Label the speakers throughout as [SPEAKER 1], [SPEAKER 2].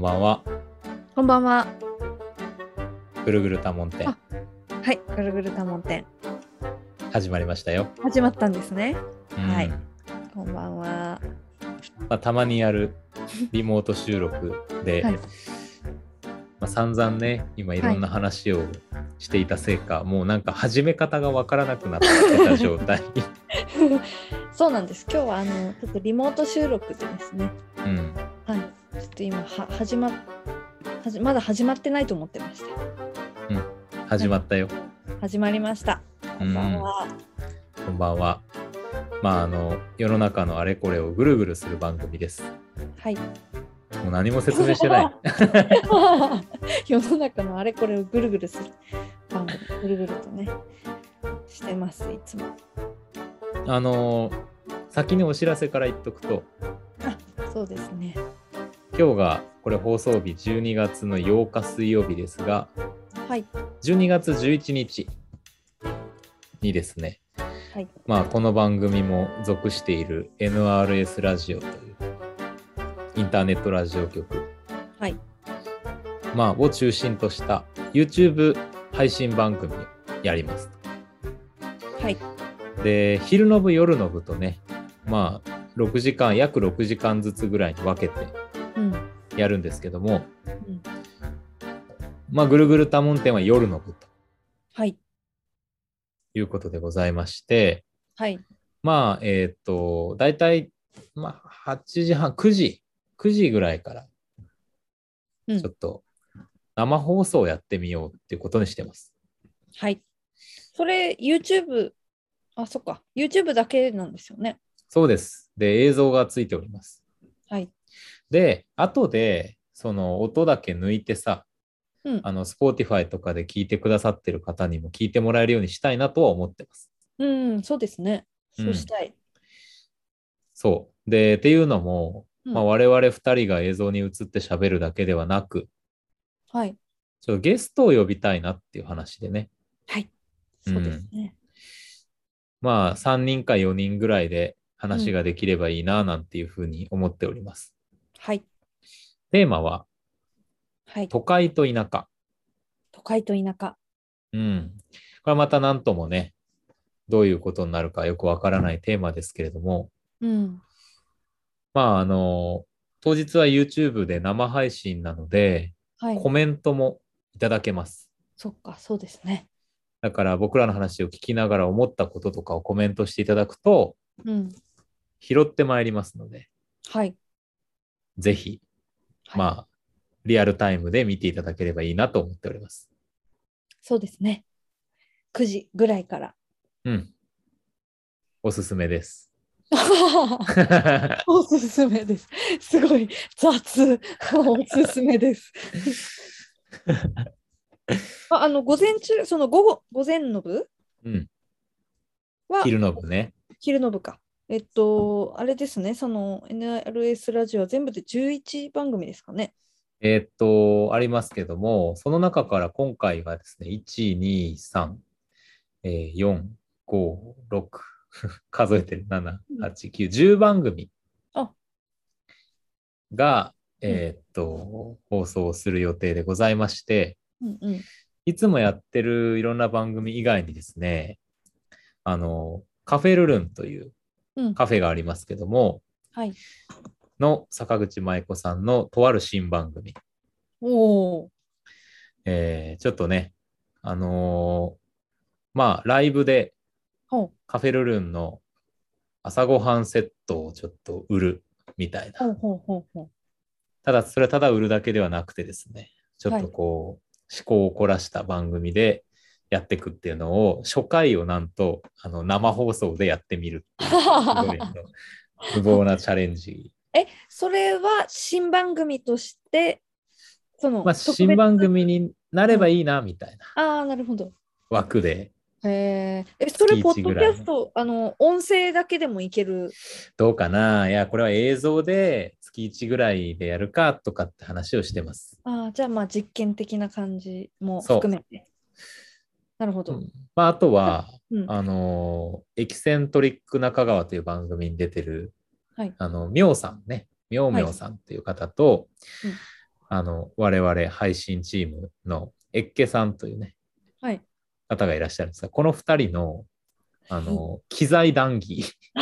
[SPEAKER 1] ばんは。
[SPEAKER 2] こんばんは。
[SPEAKER 1] ぐるぐる多聞店
[SPEAKER 2] あはい、ぐるぐる多聞店。
[SPEAKER 1] 始まりましたよ。
[SPEAKER 2] 始まったんですね。
[SPEAKER 1] うん
[SPEAKER 2] はいこんばんは。
[SPEAKER 1] まあ、たまにやるリモート収録で、
[SPEAKER 2] はい
[SPEAKER 1] まあ、散々ね、今いろんな話をしていたせいか、もうなんか始め方がわからなくなってた状 態。
[SPEAKER 2] そうなんです。今日はあの、ちょっとリモート収録でですね。
[SPEAKER 1] うん。
[SPEAKER 2] はい。ちょっと今、は、始ま。はじ、まだ始まってないと思ってました。
[SPEAKER 1] 始まったよ。
[SPEAKER 2] 始まりました。こんばんは。
[SPEAKER 1] こんばんは。まあ、あの、世の中のあれこれをぐるぐるする番組です。
[SPEAKER 2] はい。
[SPEAKER 1] もう何も説明してない。
[SPEAKER 2] 世の中のあれこれをぐるぐるする。番組、ぐるぐるとね。してます。いつも。
[SPEAKER 1] あの、先にお知らせから言っとくと、
[SPEAKER 2] そうですね。
[SPEAKER 1] 今日がこれ放送日12月の8日水曜日ですが、
[SPEAKER 2] はい。
[SPEAKER 1] 12月11日にですね、
[SPEAKER 2] はい。
[SPEAKER 1] まあ、この番組も属している NRS ラジオというインターネットラジオ局、
[SPEAKER 2] はい
[SPEAKER 1] まあ、を中心とした YouTube 配信番組をやります。
[SPEAKER 2] はい。
[SPEAKER 1] で昼の部夜の部とねまあ6時間約6時間ずつぐらいに分けて
[SPEAKER 2] うん。
[SPEAKER 1] やるんですけども、
[SPEAKER 2] うん
[SPEAKER 1] まあぐるぐる多聞店は夜の部と
[SPEAKER 2] はい。
[SPEAKER 1] いうことでございまして
[SPEAKER 2] はい。
[SPEAKER 1] まあえっ、と大体、まあ、8時半9時9時ぐらいから
[SPEAKER 2] うん
[SPEAKER 1] ちょっと生放送をやってみようっていうことにしてます。
[SPEAKER 2] はい。それ、YouTube、あ、そっか、YouTube だけなんですよね。
[SPEAKER 1] そうです。で映像がついております。
[SPEAKER 2] はい。
[SPEAKER 1] で後でその音だけ抜いてさ
[SPEAKER 2] うん。
[SPEAKER 1] あの、Spotify とかで聞いてくださってる方にも聞いてもらえるようにしたいなとは思ってます。
[SPEAKER 2] うん、そうですね。
[SPEAKER 1] うん
[SPEAKER 2] そうしたい。
[SPEAKER 1] そう。で、っていうのも、
[SPEAKER 2] うん
[SPEAKER 1] まあ、我々2人が映像に映って喋るだけではなく、
[SPEAKER 2] はい。
[SPEAKER 1] ちょっとゲストを呼びたいなっていう話でね。
[SPEAKER 2] はい。
[SPEAKER 1] うん
[SPEAKER 2] そうですね。
[SPEAKER 1] まあ、3人か4人ぐらいで話ができればいいな、なんていうふうに思っております。
[SPEAKER 2] はい。
[SPEAKER 1] テーマは、
[SPEAKER 2] はい。
[SPEAKER 1] 都会と田舎。
[SPEAKER 2] 都会と田舎。
[SPEAKER 1] うん。これはまた何ともね、どういうことになるかよくわからないテーマですけれども、
[SPEAKER 2] うん。
[SPEAKER 1] まあ、あの、当日は YouTube で生配信なので、
[SPEAKER 2] はい
[SPEAKER 1] コ。メントもいただけます。
[SPEAKER 2] そっか、そうですね。
[SPEAKER 1] だから僕らの話を聞きながら思ったこととかをコメントしていただくと、
[SPEAKER 2] うん。
[SPEAKER 1] 拾ってまいりますので、
[SPEAKER 2] はい。
[SPEAKER 1] ぜひ、
[SPEAKER 2] はい
[SPEAKER 1] まあ、リアルタイムで見ていただければいいなと思っております。
[SPEAKER 2] そうですね。9時ぐらいから。
[SPEAKER 1] うん。おすすめです。
[SPEAKER 2] おすすめです。すごい雑。 おすすめ です。ああの午前中、その午後、午前の部
[SPEAKER 1] うん。
[SPEAKER 2] は
[SPEAKER 1] 昼の部ね。
[SPEAKER 2] 昼の部か。えっと、あれですね、その NRS ラジオは全部で11番組ですかね。
[SPEAKER 1] えーっと、ありますけども、その中から今回がですね、1、2、3、えー4、5、6、数 えてる、7、8、9、10番組
[SPEAKER 2] あ
[SPEAKER 1] が、えーっと、放送する予定でございまして、
[SPEAKER 2] うんうん。
[SPEAKER 1] いつもやってるいろんな番組以外にですね、あの、カフェルルンという
[SPEAKER 2] うん、
[SPEAKER 1] カフェがありますけども、
[SPEAKER 2] はい。
[SPEAKER 1] の坂口舞子さんのとある新番組、
[SPEAKER 2] おお。
[SPEAKER 1] えーちょっとね、あのーまあ、ライブで
[SPEAKER 2] ほう
[SPEAKER 1] カフェルルンの朝ごはんセットをちょっと売るみたい
[SPEAKER 2] ほ
[SPEAKER 1] な。
[SPEAKER 2] うほうほうほう。
[SPEAKER 1] ただ、それはただ売るだけではなくてですね、ちょっとこう、趣向を凝らした番組でやっていくっていうのを、初回をなんと、あの、生放送でやってみるっていう。すごいあの無謀なチャレン ジ。
[SPEAKER 2] え、 それは新番組として、その、
[SPEAKER 1] まあ、
[SPEAKER 2] 特別
[SPEAKER 1] 新番組になればいいな、みたいな
[SPEAKER 2] ああ、なるほど。
[SPEAKER 1] 枠で、
[SPEAKER 2] へーえ、それ、
[SPEAKER 1] 月
[SPEAKER 2] ポ
[SPEAKER 1] 一
[SPEAKER 2] ッド
[SPEAKER 1] ぐ
[SPEAKER 2] キ
[SPEAKER 1] らい
[SPEAKER 2] ャスト、あの、音声だけでもいける。
[SPEAKER 1] どうかないや、これは映像で月1ぐらいでやるかとかって話をしてます。
[SPEAKER 2] ああ、じゃあ、まあ、実験的な感じも
[SPEAKER 1] そう
[SPEAKER 2] 含めて。なるほど。
[SPEAKER 1] うんまあ、あとは、
[SPEAKER 2] うん。
[SPEAKER 1] あのーエキセントリック中川という番組に出てる、
[SPEAKER 2] はい
[SPEAKER 1] あの、みょうさんね、みょうみょうさんっていう方と、
[SPEAKER 2] うん
[SPEAKER 1] あの、我々配信チームのエッケさんというね、
[SPEAKER 2] はい。
[SPEAKER 1] 方がいらっしゃるんですが、この二人の、あの、機材談義。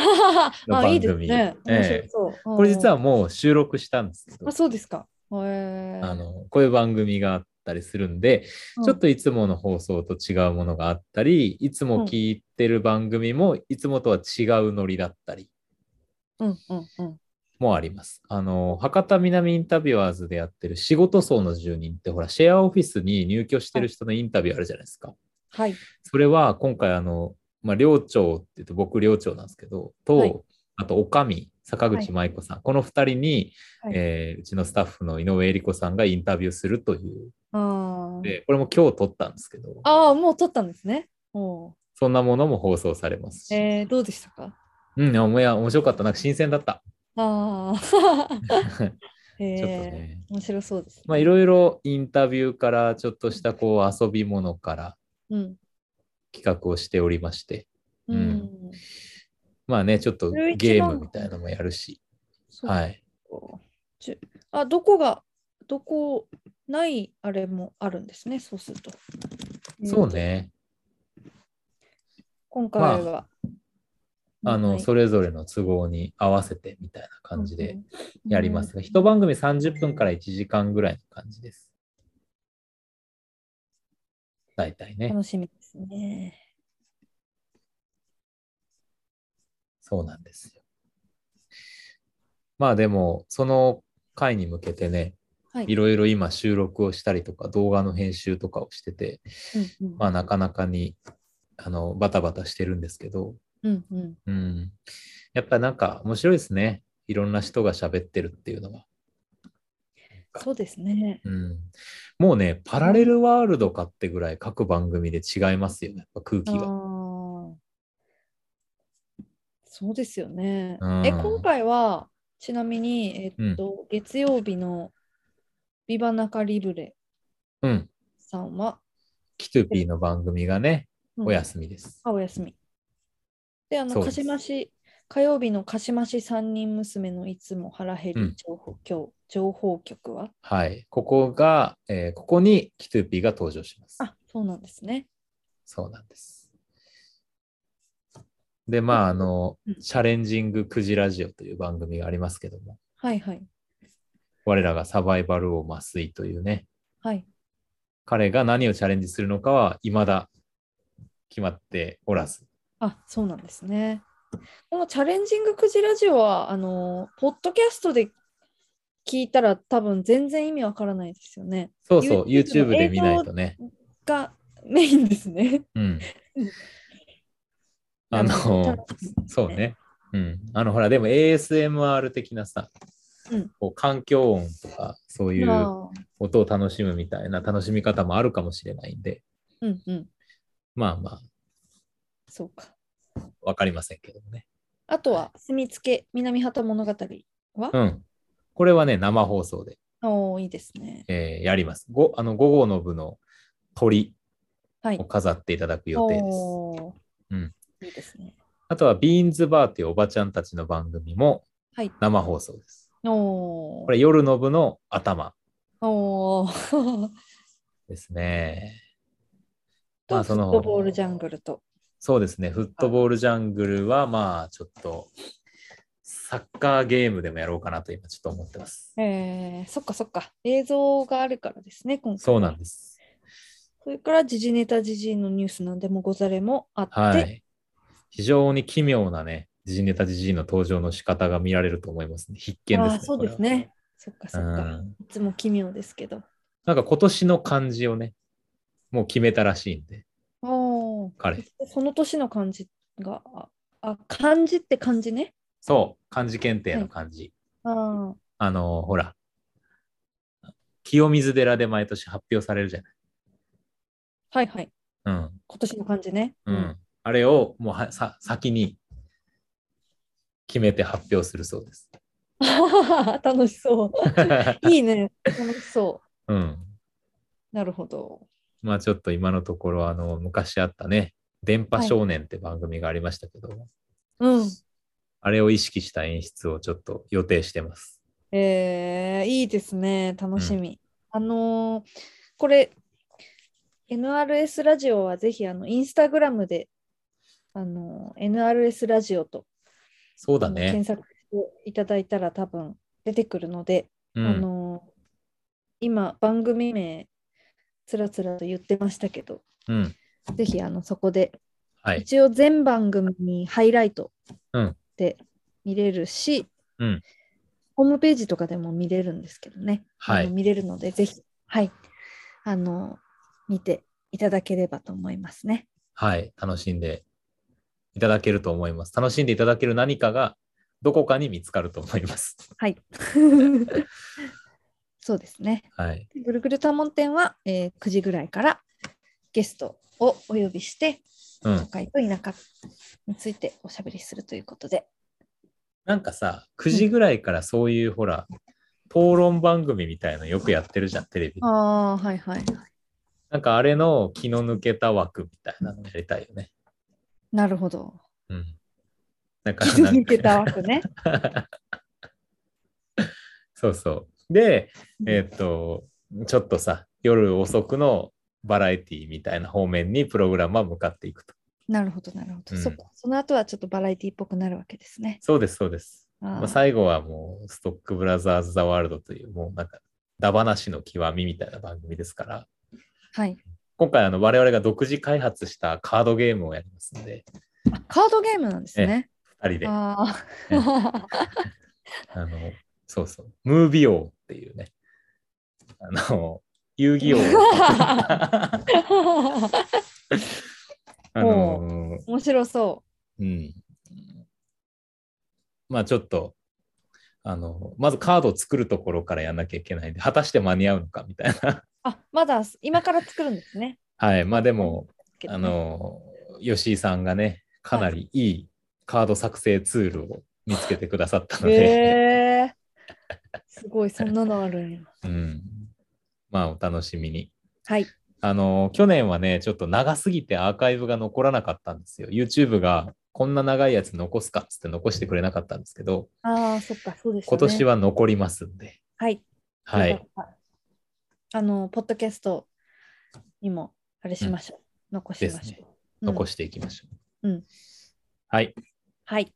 [SPEAKER 2] あ、いいですね。
[SPEAKER 1] 番組
[SPEAKER 2] 面白そう。
[SPEAKER 1] これ実は
[SPEAKER 2] うん
[SPEAKER 1] もう収録したんですけ
[SPEAKER 2] うん。
[SPEAKER 1] ど
[SPEAKER 2] あ、、そうですか。へ
[SPEAKER 1] あの、こういう番組があったりするんで、ちょっといつもの放送と違うものがあったり、いつも聞いてる番組もいつもとは違うノリだったり
[SPEAKER 2] と、うんうんうん。
[SPEAKER 1] もあります。あの、博多南インタビュアーズでやってる仕事層の住人って、ほら、シェアオフィスに入居してる人のインタビューあるじゃないですか。
[SPEAKER 2] はい。
[SPEAKER 1] それは今回、あの、まあ、寮長って言うと僕寮長なんですけど、と、
[SPEAKER 2] はい
[SPEAKER 1] あと、おかみ、坂口舞子さん、この二人に、
[SPEAKER 2] はい
[SPEAKER 1] えーうちのスタッフの井上恵理子さんがインタビューするという
[SPEAKER 2] あー
[SPEAKER 1] で、これも今日撮ったんですけど、
[SPEAKER 2] あー、もう撮ったんですね。お
[SPEAKER 1] そんなものも放送されますし、
[SPEAKER 2] えー、どうでしたか
[SPEAKER 1] うん、いや、面白かった。なんか新鮮だった。
[SPEAKER 2] ああ。 え
[SPEAKER 1] ちょっと
[SPEAKER 2] ー、
[SPEAKER 1] ね。
[SPEAKER 2] 面白そうですね。
[SPEAKER 1] まあ、いろいろインタビューから、ちょっとしたこう遊び物から
[SPEAKER 2] うん。
[SPEAKER 1] 企画をしておりまして、
[SPEAKER 2] う
[SPEAKER 1] うん
[SPEAKER 2] ん。
[SPEAKER 1] まあね、ちょっと
[SPEAKER 2] 11
[SPEAKER 1] ゲームみたいなのもやるし、
[SPEAKER 2] そう
[SPEAKER 1] はい。
[SPEAKER 2] ちゅあ、どこが、どこ、ないあれもあるんですね、そうすると。
[SPEAKER 1] そう
[SPEAKER 2] えーと。
[SPEAKER 1] ね、
[SPEAKER 2] 今回は。
[SPEAKER 1] あの、
[SPEAKER 2] はい
[SPEAKER 1] それぞれの都合に合わせてみたいな感じ
[SPEAKER 2] う
[SPEAKER 1] で
[SPEAKER 2] んうん
[SPEAKER 1] やります
[SPEAKER 2] う
[SPEAKER 1] が、
[SPEAKER 2] ん
[SPEAKER 1] 一番組30分から1時間ぐらいの感じです。大体ね。
[SPEAKER 2] 楽しみですね。
[SPEAKER 1] そうなんですよ。まあでも、その回に向けてね、
[SPEAKER 2] はい
[SPEAKER 1] いろいろ今収録をしたりとか、動画の編集とかをしてて、
[SPEAKER 2] うんうん
[SPEAKER 1] まあなかなかにあのバタバタしてるんですけど、
[SPEAKER 2] うんうん
[SPEAKER 1] うん。やっぱなんか面白いですね。いろんな人が喋ってるっていうのは。
[SPEAKER 2] そうですね。
[SPEAKER 1] うん、もうね、パラレルワールドかってぐらい各番組で違いますよね、やっぱ空
[SPEAKER 2] あ
[SPEAKER 1] 気が。
[SPEAKER 2] ーそうですよね。
[SPEAKER 1] うん
[SPEAKER 2] え、今回は、ちなみに、えっと、月曜日のビバナカリブレ
[SPEAKER 1] うん。
[SPEAKER 2] さんは、
[SPEAKER 1] キトゥピーの番組がね、
[SPEAKER 2] うん
[SPEAKER 1] お休みです。
[SPEAKER 2] あお休み。で、あの、
[SPEAKER 1] そう
[SPEAKER 2] か
[SPEAKER 1] です
[SPEAKER 2] しまし、火曜日のかしまし三人娘のいつも腹減り情報,、局情報局は
[SPEAKER 1] はい。ここが、えーここにキトゥーピーが登場します。
[SPEAKER 2] あ、そうなんですね。
[SPEAKER 1] そうなんです。で、まあ、あの
[SPEAKER 2] うん、
[SPEAKER 1] チャレンジングクジラジオという番組がありますけども、
[SPEAKER 2] はいはい。
[SPEAKER 1] 我らがサバイバル王麻酔というね、
[SPEAKER 2] はい。
[SPEAKER 1] 彼が何をチャレンジするのかは未だ決まっておらず。
[SPEAKER 2] あ、そうなんですね。このチャレンジングクジラジオは、あの、ポッドキャストで聞いたら多分全然意味わからないですよね。
[SPEAKER 1] そうそう、
[SPEAKER 2] YouTube の
[SPEAKER 1] YouTube で見ないとね。
[SPEAKER 2] がメインですね。
[SPEAKER 1] うん。あの、そうね。うん。あの、ほら、でも ASMR 的なさ、
[SPEAKER 2] うん
[SPEAKER 1] こう環境音とか、そう
[SPEAKER 2] チ
[SPEAKER 1] いう
[SPEAKER 2] ャレンジングまあ
[SPEAKER 1] 音を楽しむみたいな楽しみ方もあるかもしれないんで、
[SPEAKER 2] うんうん。
[SPEAKER 1] まあまあ、
[SPEAKER 2] そうか。
[SPEAKER 1] わかりませんけどもね。
[SPEAKER 2] あとは、住みつけ南畑物語は、
[SPEAKER 1] うん。これはね、生放送で、
[SPEAKER 2] おーいいですね。
[SPEAKER 1] えーやります。ごあの午後の部の鳥
[SPEAKER 2] はい
[SPEAKER 1] を。飾っていただく予定です。
[SPEAKER 2] おー
[SPEAKER 1] うん
[SPEAKER 2] いいですね。
[SPEAKER 1] あとは、ビーンズバーというおばちゃんたちの番組も
[SPEAKER 2] はい。
[SPEAKER 1] 生放送です。
[SPEAKER 2] お
[SPEAKER 1] こ
[SPEAKER 2] ー
[SPEAKER 1] れ、夜の部の頭
[SPEAKER 2] おー
[SPEAKER 1] ですね。
[SPEAKER 2] と
[SPEAKER 1] まあその
[SPEAKER 2] フットボールジャングルと。
[SPEAKER 1] そうですね。フットボールジャングルは、まあ、ちょっと、サッカーゲームでもやろうかなと今、ちょっと思ってます。
[SPEAKER 2] えー、そっかそっか。映像があるからですね、今回。
[SPEAKER 1] そうなんです。
[SPEAKER 2] それから、時事ネタ時事のニュースなんでもござれもあって、
[SPEAKER 1] はい。非常に奇妙なね、時事ネタ時事の登場の仕方が見られると思いますね。必見です
[SPEAKER 2] あ
[SPEAKER 1] ね。
[SPEAKER 2] ーそうです
[SPEAKER 1] こ
[SPEAKER 2] ね。そっかそ
[SPEAKER 1] れ
[SPEAKER 2] っ
[SPEAKER 1] は。う
[SPEAKER 2] か。
[SPEAKER 1] ん。
[SPEAKER 2] いつも奇妙ですけど。
[SPEAKER 1] なんか今年の漢字をね、もう決めたらしいんで、
[SPEAKER 2] おー
[SPEAKER 1] 彼。
[SPEAKER 2] その年の漢字が、ああ、漢字って漢字ね。
[SPEAKER 1] そう、漢字検定の漢字。
[SPEAKER 2] あ
[SPEAKER 1] あのーほら、清水寺で毎年発表されるじゃ
[SPEAKER 2] あ、はいはい。
[SPEAKER 1] ない。うん。
[SPEAKER 2] 今年の漢字ね。
[SPEAKER 1] うん、あれをもうはさ先に決めて発表するそう です。
[SPEAKER 2] 楽しそう。いいね。楽しそ
[SPEAKER 1] うん、
[SPEAKER 2] う。なるほど。
[SPEAKER 1] まあちょっと今のところあの昔あったね「電波少年」って番組がありましたけど、
[SPEAKER 2] うん。
[SPEAKER 1] あれを意識した演出をちょっと予定してます。
[SPEAKER 2] えー、いいですね。楽しみ。あのーこれ、NRS ラジオはぜひ、あの、インスタグラムで、あのー NRS ラジオと、
[SPEAKER 1] そうだ
[SPEAKER 2] あの
[SPEAKER 1] ね
[SPEAKER 2] 検。索していただいたら多分出てくるので、
[SPEAKER 1] う
[SPEAKER 2] あ
[SPEAKER 1] ん。
[SPEAKER 2] のー今、番組名、つらつらと言ってましたけど、
[SPEAKER 1] うん。
[SPEAKER 2] ぜひ、あの、そこで、
[SPEAKER 1] はい。
[SPEAKER 2] 一応全番組にハイライト
[SPEAKER 1] うん
[SPEAKER 2] で見れるし、
[SPEAKER 1] うん
[SPEAKER 2] ホームページとかでも見れるんですけどね、
[SPEAKER 1] はい
[SPEAKER 2] あの見れるので、ぜひ、はい、あの、見ていただければと思いますね。
[SPEAKER 1] はい。楽しんでいただけると思います。楽しんでいただける何かがどこかに見つかると思います。
[SPEAKER 2] はい。 そうですね。
[SPEAKER 1] はい。
[SPEAKER 2] ぐるぐる多聞店は、えー9時ぐらいからゲストをお呼びして、
[SPEAKER 1] う
[SPEAKER 2] 都
[SPEAKER 1] ん。
[SPEAKER 2] 会と田舎についておしゃべりするということで。
[SPEAKER 1] なんかさ、9時ぐらいからそういうほら、討論番組みたいのよくやってるじゃん、テレビで。
[SPEAKER 2] ああ、はいはい。
[SPEAKER 1] なんかあれの気の抜けた枠みたいなのやりたいよね。
[SPEAKER 2] なるほど。
[SPEAKER 1] うん。だから
[SPEAKER 2] 気
[SPEAKER 1] なんか
[SPEAKER 2] 抜けた枠ね。
[SPEAKER 1] そうそう。で、 えっと、ちょっとさ、夜遅くのバラエティみたいな方面にプログラムは向かっていくと。
[SPEAKER 2] なるほど、なるほど。
[SPEAKER 1] うん
[SPEAKER 2] そっかその後はちょっとバラエティっぽくなるわけですね。
[SPEAKER 1] そうです、そうです。
[SPEAKER 2] あ
[SPEAKER 1] まあ、
[SPEAKER 2] ー
[SPEAKER 1] 最後はもう、ストックブラザーズ・ザ・ワールドという、もうなんか、ダバなしの極みみたいな番組ですから、
[SPEAKER 2] はい。
[SPEAKER 1] 今回あの、我々が独自開発したカードゲームをやりますので、
[SPEAKER 2] あカードゲームなんですね。
[SPEAKER 1] 2人で、あ
[SPEAKER 2] あ
[SPEAKER 1] ええ
[SPEAKER 2] あ。
[SPEAKER 1] の、そうそう、ムービー王っていうね、あの、遊戯 王。あのー
[SPEAKER 2] 面白そ
[SPEAKER 1] うん。まあちょっと、あの、まずカードを作るところからやんなきゃいけないんで、果たして間に合うのかみたいな。
[SPEAKER 2] う。あまだ今から作るんですね。
[SPEAKER 1] はい。まあでも、
[SPEAKER 2] けど
[SPEAKER 1] あ
[SPEAKER 2] ね
[SPEAKER 1] の、吉井さんがね、かなりいいカード作成ツールを見つけてくださったので、
[SPEAKER 2] へえ。すごい、そんなのあるんや。
[SPEAKER 1] うん。まあお楽しみに。
[SPEAKER 2] はい。
[SPEAKER 1] あの、去年はね、ちょっと長すぎてアーカイブが残らなかったんですよ。YouTube がこんな長いやつ残すかっつって残してくれなかったんですけど、
[SPEAKER 2] ああ、そっか、そうです、ね。
[SPEAKER 1] 今年
[SPEAKER 2] は。
[SPEAKER 1] は残りますんで。
[SPEAKER 2] はい。
[SPEAKER 1] は
[SPEAKER 2] よ
[SPEAKER 1] い
[SPEAKER 2] か。った。あの、ポッドキャストにも、あれしましょう。残しま
[SPEAKER 1] です
[SPEAKER 2] し
[SPEAKER 1] ね
[SPEAKER 2] ょう。
[SPEAKER 1] 残
[SPEAKER 2] し、
[SPEAKER 1] していきましょう。
[SPEAKER 2] うん
[SPEAKER 1] はい。
[SPEAKER 2] はい。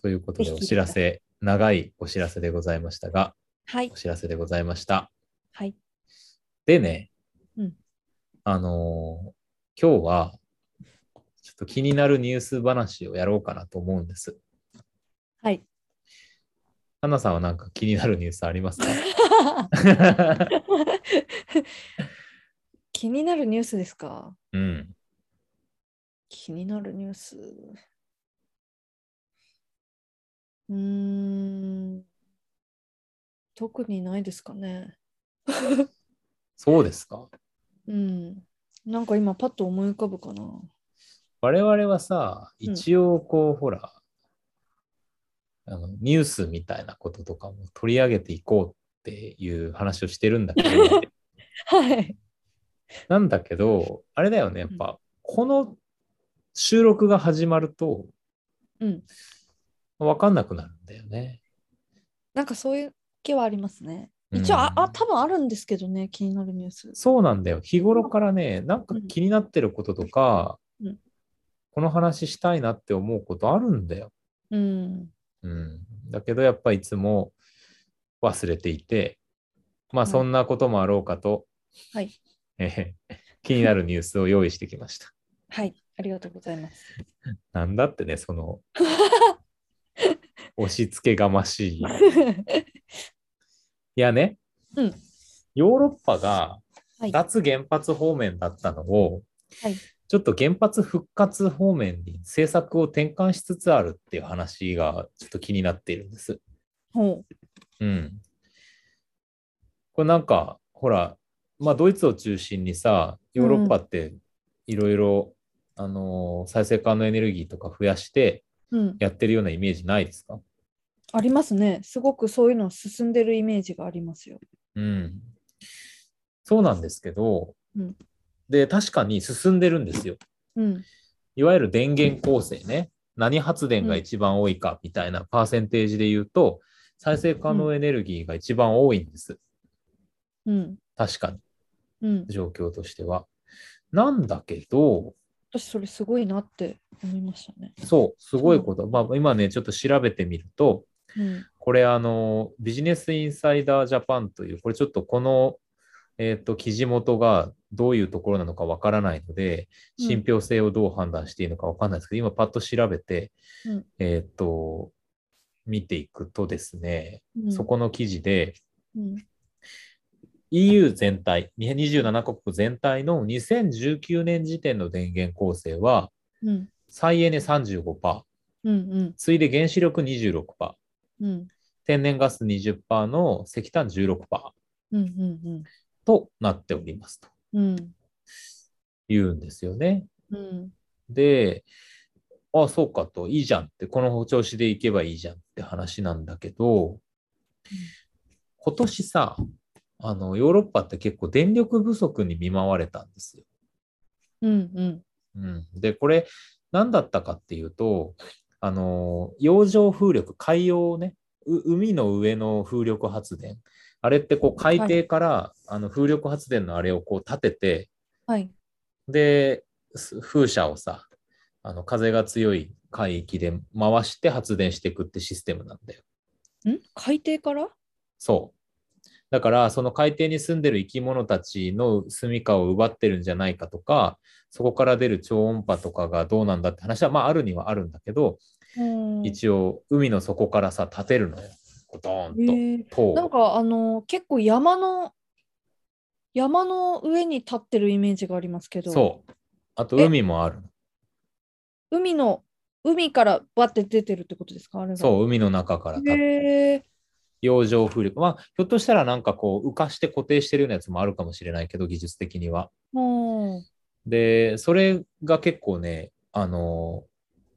[SPEAKER 1] ということで、
[SPEAKER 2] ぜ
[SPEAKER 1] お
[SPEAKER 2] ひ聞い
[SPEAKER 1] 知
[SPEAKER 2] てくだ
[SPEAKER 1] ら
[SPEAKER 2] さ
[SPEAKER 1] せ、長いお知らせでございましたが、
[SPEAKER 2] はい
[SPEAKER 1] お。知らせでございました。
[SPEAKER 2] はい。
[SPEAKER 1] でね、
[SPEAKER 2] うん
[SPEAKER 1] あのー今日は、ちょっと気になるニュース話をやろうかなと思うんです。
[SPEAKER 2] はい。
[SPEAKER 1] 花さんはなんか気になるニュースあります か
[SPEAKER 2] 気になるニュースですか
[SPEAKER 1] うん。
[SPEAKER 2] 気になるニュース。うーん。特にないですかね。
[SPEAKER 1] そうですか。
[SPEAKER 2] うん。なんか今パッと思い浮かぶかな。
[SPEAKER 1] 我々はさ、
[SPEAKER 2] うん
[SPEAKER 1] 一応こう、ほら、あの、ニュースみたいなこととかも取り上げていこうっていう話をしてるん だけど、
[SPEAKER 2] はい。
[SPEAKER 1] なんだけど、あれだよね、やっぱ、この収録が始まると
[SPEAKER 2] うん。
[SPEAKER 1] 分かんなくなるんだよね。
[SPEAKER 2] なんかそういう気はありますね。
[SPEAKER 1] うん
[SPEAKER 2] 一応、あ、あ、多分あるんですけどね、気になるニュース。
[SPEAKER 1] そうなんだよ。日頃からね、なんか気になってることとか、
[SPEAKER 2] うん
[SPEAKER 1] この話したいなって思うことあるんだよ。
[SPEAKER 2] うん。
[SPEAKER 1] うん、だけどやっぱいつも忘れていて、まあ
[SPEAKER 2] はい
[SPEAKER 1] そんなこともあろうかと、
[SPEAKER 2] はい
[SPEAKER 1] えへ気になるニュースを用意してきました。
[SPEAKER 2] はい。ありがとうございます。
[SPEAKER 1] なんだってね、その押し付けがましい。いやね、
[SPEAKER 2] うん
[SPEAKER 1] ヨーロッパが
[SPEAKER 2] はい
[SPEAKER 1] 脱原発方面だったのを、
[SPEAKER 2] はい
[SPEAKER 1] ちょっと原発復活方面に政策を転換しつつあるっていう話がちょっと気になっているんです。
[SPEAKER 2] ほう。
[SPEAKER 1] うん。これなんか、ほら、まあ、ドイツを中心にさ、ヨーロッパっていろいろ、あのー再生可能エネルギーとか増やして
[SPEAKER 2] うん。
[SPEAKER 1] やってるようなイメージないですか
[SPEAKER 2] ありますね。すごくそういうの進んでるイメージがありますよ。
[SPEAKER 1] うん。そうなんですけど、
[SPEAKER 2] うん
[SPEAKER 1] で、確かに進んでるんですよ。
[SPEAKER 2] うん。
[SPEAKER 1] いわゆる電源構成ね。何発電が一番多いかみたいなパーセンテージで言うと、再生可能エネルギーが一番多いんです。
[SPEAKER 2] うん。
[SPEAKER 1] 確かに、
[SPEAKER 2] うん。
[SPEAKER 1] 状況としては。なんだけど、
[SPEAKER 2] 私、それすごいなって思いましたね。
[SPEAKER 1] そう、すごいこと。まあ、今ね、ちょっと調べてみると、
[SPEAKER 2] うん。
[SPEAKER 1] これ、あの、ビジネスインサイダージャパンという、これちょっとこの、えっ、と、記事元がどういうところなのかわからないので、
[SPEAKER 2] うん
[SPEAKER 1] 信憑性をどう判断していいのかわかんないですけど、今パッと調べて、
[SPEAKER 2] うん
[SPEAKER 1] えっ、と、見ていくとですね、
[SPEAKER 2] うん、
[SPEAKER 1] そこの記事で、
[SPEAKER 2] うん。
[SPEAKER 1] EU 全体、27カ国全体の2019年時点の電源構成は、
[SPEAKER 2] うん。
[SPEAKER 1] 再エネ35%、
[SPEAKER 2] うん。
[SPEAKER 1] 次いで原子力26%、
[SPEAKER 2] うん。うん。
[SPEAKER 1] 天然ガス20%の石炭16%
[SPEAKER 2] うん。うん。
[SPEAKER 1] となっておりますと
[SPEAKER 2] うん。
[SPEAKER 1] 言うんですよね。
[SPEAKER 2] うん。
[SPEAKER 1] で、あそうかと、いいじゃんって、この調子でいけばいいじゃんって話なんだけど、今年さ、あの、ヨーロッパって結構電力不足に見舞われたんですよ。
[SPEAKER 2] うん。うん。
[SPEAKER 1] うん、で、これ、何だったかっていうと、あの、洋上風力、海洋ね、う海の上の風力発電、あれってこう海底から、あの風力発電のあれをこう立てて、
[SPEAKER 2] はい。
[SPEAKER 1] で、す風車をさ、あの風が強い海域で回して発電していくってシステムなんだよ。
[SPEAKER 2] ん海底から
[SPEAKER 1] そう。だから、その海底に住んでる生き物たちの住処を奪ってるんじゃないかとか、そこから出る超音波とかがどうなんだって話は、まあ、あるにはあるんだけど、
[SPEAKER 2] うん。
[SPEAKER 1] 一応、海の底からさ、立てるのよ。こド
[SPEAKER 2] え
[SPEAKER 1] ーン
[SPEAKER 2] ー
[SPEAKER 1] と。塔を
[SPEAKER 2] なんかあの結構山の山の上に立ってるイメージがありますけど
[SPEAKER 1] そう。あと、
[SPEAKER 2] え
[SPEAKER 1] 海もあるの。
[SPEAKER 2] 海の海からバって出てるってことですかあれが
[SPEAKER 1] そう、海の中から立って。
[SPEAKER 2] へえ
[SPEAKER 1] 洋上風力。まあ、ひょっとしたらなんかこう、浮かして固定してるようなやつもあるかもしれないけど、技術的には。
[SPEAKER 2] もう
[SPEAKER 1] で、それが結構ね、あの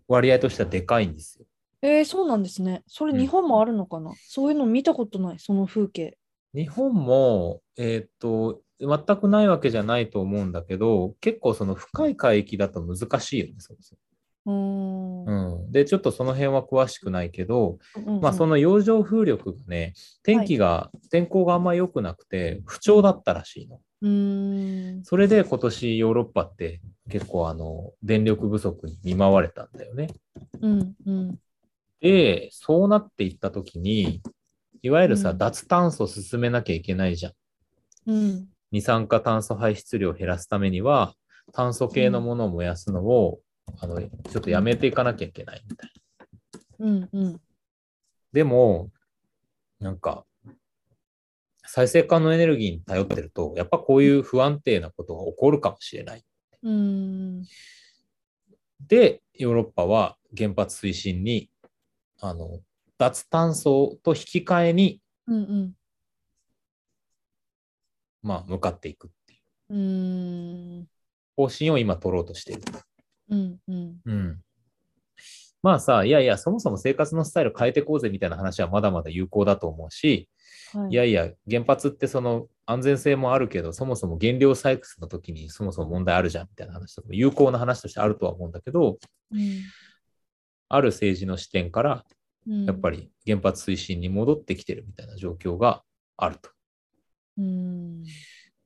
[SPEAKER 1] 割合としてはでかいんですよ。
[SPEAKER 2] えー、そうなんですねそれ
[SPEAKER 1] うん
[SPEAKER 2] 日本もあるのかな、そういうの見たことないその風景
[SPEAKER 1] 日本も、えーっと、全くないわけじゃないと思うんだけど、結構その深い海域だと難しいよね、そうそう
[SPEAKER 2] うーん
[SPEAKER 1] うん。で、ちょっとその辺は詳しくないけど、
[SPEAKER 2] うん
[SPEAKER 1] まあそ
[SPEAKER 2] の
[SPEAKER 1] の洋上風力がね、天気が、天候があんま良くなくて、不調だったらしいの。
[SPEAKER 2] うーん
[SPEAKER 1] それで今年ヨーロッパって結構あの、電力不足に見舞われたんだよね。
[SPEAKER 2] うんうん
[SPEAKER 1] で、そうなっていったときに、いわゆるさ、
[SPEAKER 2] うん
[SPEAKER 1] 脱炭素進めなきゃいけないじゃん。
[SPEAKER 2] うん
[SPEAKER 1] 二酸化炭素排出量を減らすためには、炭素系のものを燃やすのを、あの、ちょっとやめていかなきゃいけないみたいな。
[SPEAKER 2] うんうん
[SPEAKER 1] でも、なんか、再生可能エネルギーに頼ってると、やっぱこういう不安定なことが起こるかもしれない。
[SPEAKER 2] うーん
[SPEAKER 1] で、ヨーロッパは原発推進に、あの、脱炭素と引き換えに、
[SPEAKER 2] うんうん
[SPEAKER 1] まあ、向かっていくっていう
[SPEAKER 2] うーん
[SPEAKER 1] 方針を今取ろうとしている。
[SPEAKER 2] うんうん
[SPEAKER 1] うん。まあさ、いやいや、そもそも生活のスタイル変えてこうぜみたいな話はまだまだ有効だと思うし、
[SPEAKER 2] はい
[SPEAKER 1] いやいや、原発ってその安全性もあるけど、そもそも原料採掘の時にそもそも問題あるじゃんみたいな話とかも有効な話としてあるとは思うんだけど、ある政治の視点から、やっぱ
[SPEAKER 2] り
[SPEAKER 1] り原発推進に戻ってきてるみたいな状況があると。
[SPEAKER 2] うん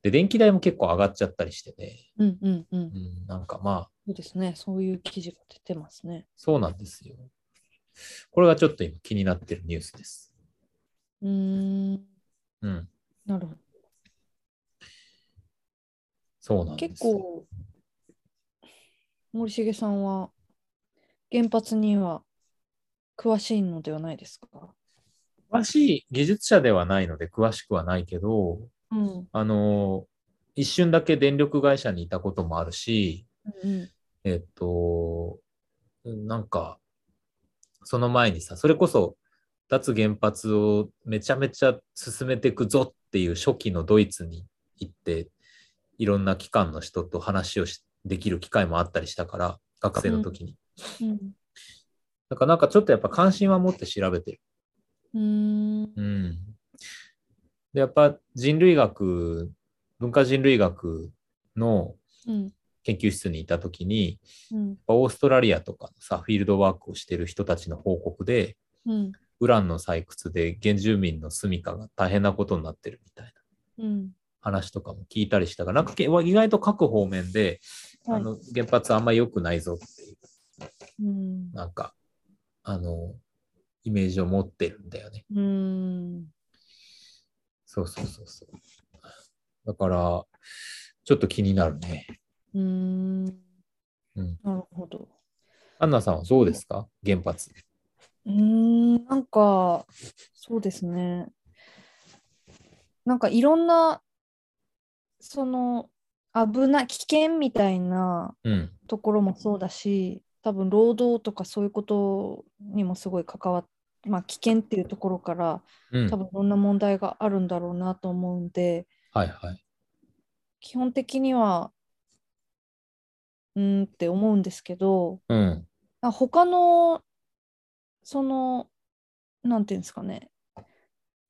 [SPEAKER 1] で、電気代も結構上がっちゃったりしてね、
[SPEAKER 2] うんうんうん
[SPEAKER 1] う。ん、なんかまあ、
[SPEAKER 2] そうですね。そういう記事が出てますね。
[SPEAKER 1] そうなんですよ。これがちょっと今気になってるニュースです。
[SPEAKER 2] うーん。
[SPEAKER 1] うん、
[SPEAKER 2] なるほど。
[SPEAKER 1] そうなんです。
[SPEAKER 2] 結構、森重さんは原発には詳しいのではないですか。
[SPEAKER 1] 詳しい技術者ではないので詳しくはないけど、
[SPEAKER 2] うん。
[SPEAKER 1] あの、一瞬だけ電力会社にいたこともあるし、
[SPEAKER 2] うん。
[SPEAKER 1] えっと、なんか、その前にさ、それこそ脱原発をめちゃめちゃ進めていくぞっていう初期のドイツに行って、いろんな機関の人と話をしできる機会もあったりしたから、学生の時に。
[SPEAKER 2] うん。
[SPEAKER 1] だからなんかちょっとやっぱ関心は持って調べてる
[SPEAKER 2] うーん。
[SPEAKER 1] うん。で、やっぱ人類学、文化人類学の
[SPEAKER 2] うん。
[SPEAKER 1] 研究室にいたときに、やっ
[SPEAKER 2] うん。
[SPEAKER 1] ぱオーストラリアとかのさ、フィールドワークをしてる人たちの報告で、
[SPEAKER 2] うん。
[SPEAKER 1] ウランの採掘で原住民の住処が大変なことになってるみたいな
[SPEAKER 2] うん。
[SPEAKER 1] 話とかも聞いたりしたが、なんかけ意外と各方面で、
[SPEAKER 2] はい
[SPEAKER 1] あの原発あんま良くないぞっていう、
[SPEAKER 2] うん。
[SPEAKER 1] なんか、あの、イメージを持ってるんだよね。
[SPEAKER 2] うん。
[SPEAKER 1] そうそうそうそう。だから、ちょっと気になるね。
[SPEAKER 2] うん。な
[SPEAKER 1] うん
[SPEAKER 2] るほど。
[SPEAKER 1] アンナさんはどうですか原発。
[SPEAKER 2] うーん、なんか、そうですね。なんかいろんな、その、危ない、危険みたいな
[SPEAKER 1] うん。
[SPEAKER 2] ところもそうだし、多分労働とかそういうことにもすごい関わって、まあ、危険っていうところから、
[SPEAKER 1] うん。
[SPEAKER 2] 多
[SPEAKER 1] はい
[SPEAKER 2] 分いろんな問題があるんだろうなと思うんで、
[SPEAKER 1] はい。
[SPEAKER 2] 基本的には、うーんって思うんですけど、
[SPEAKER 1] うん。
[SPEAKER 2] あ他のそのなんていうんですかね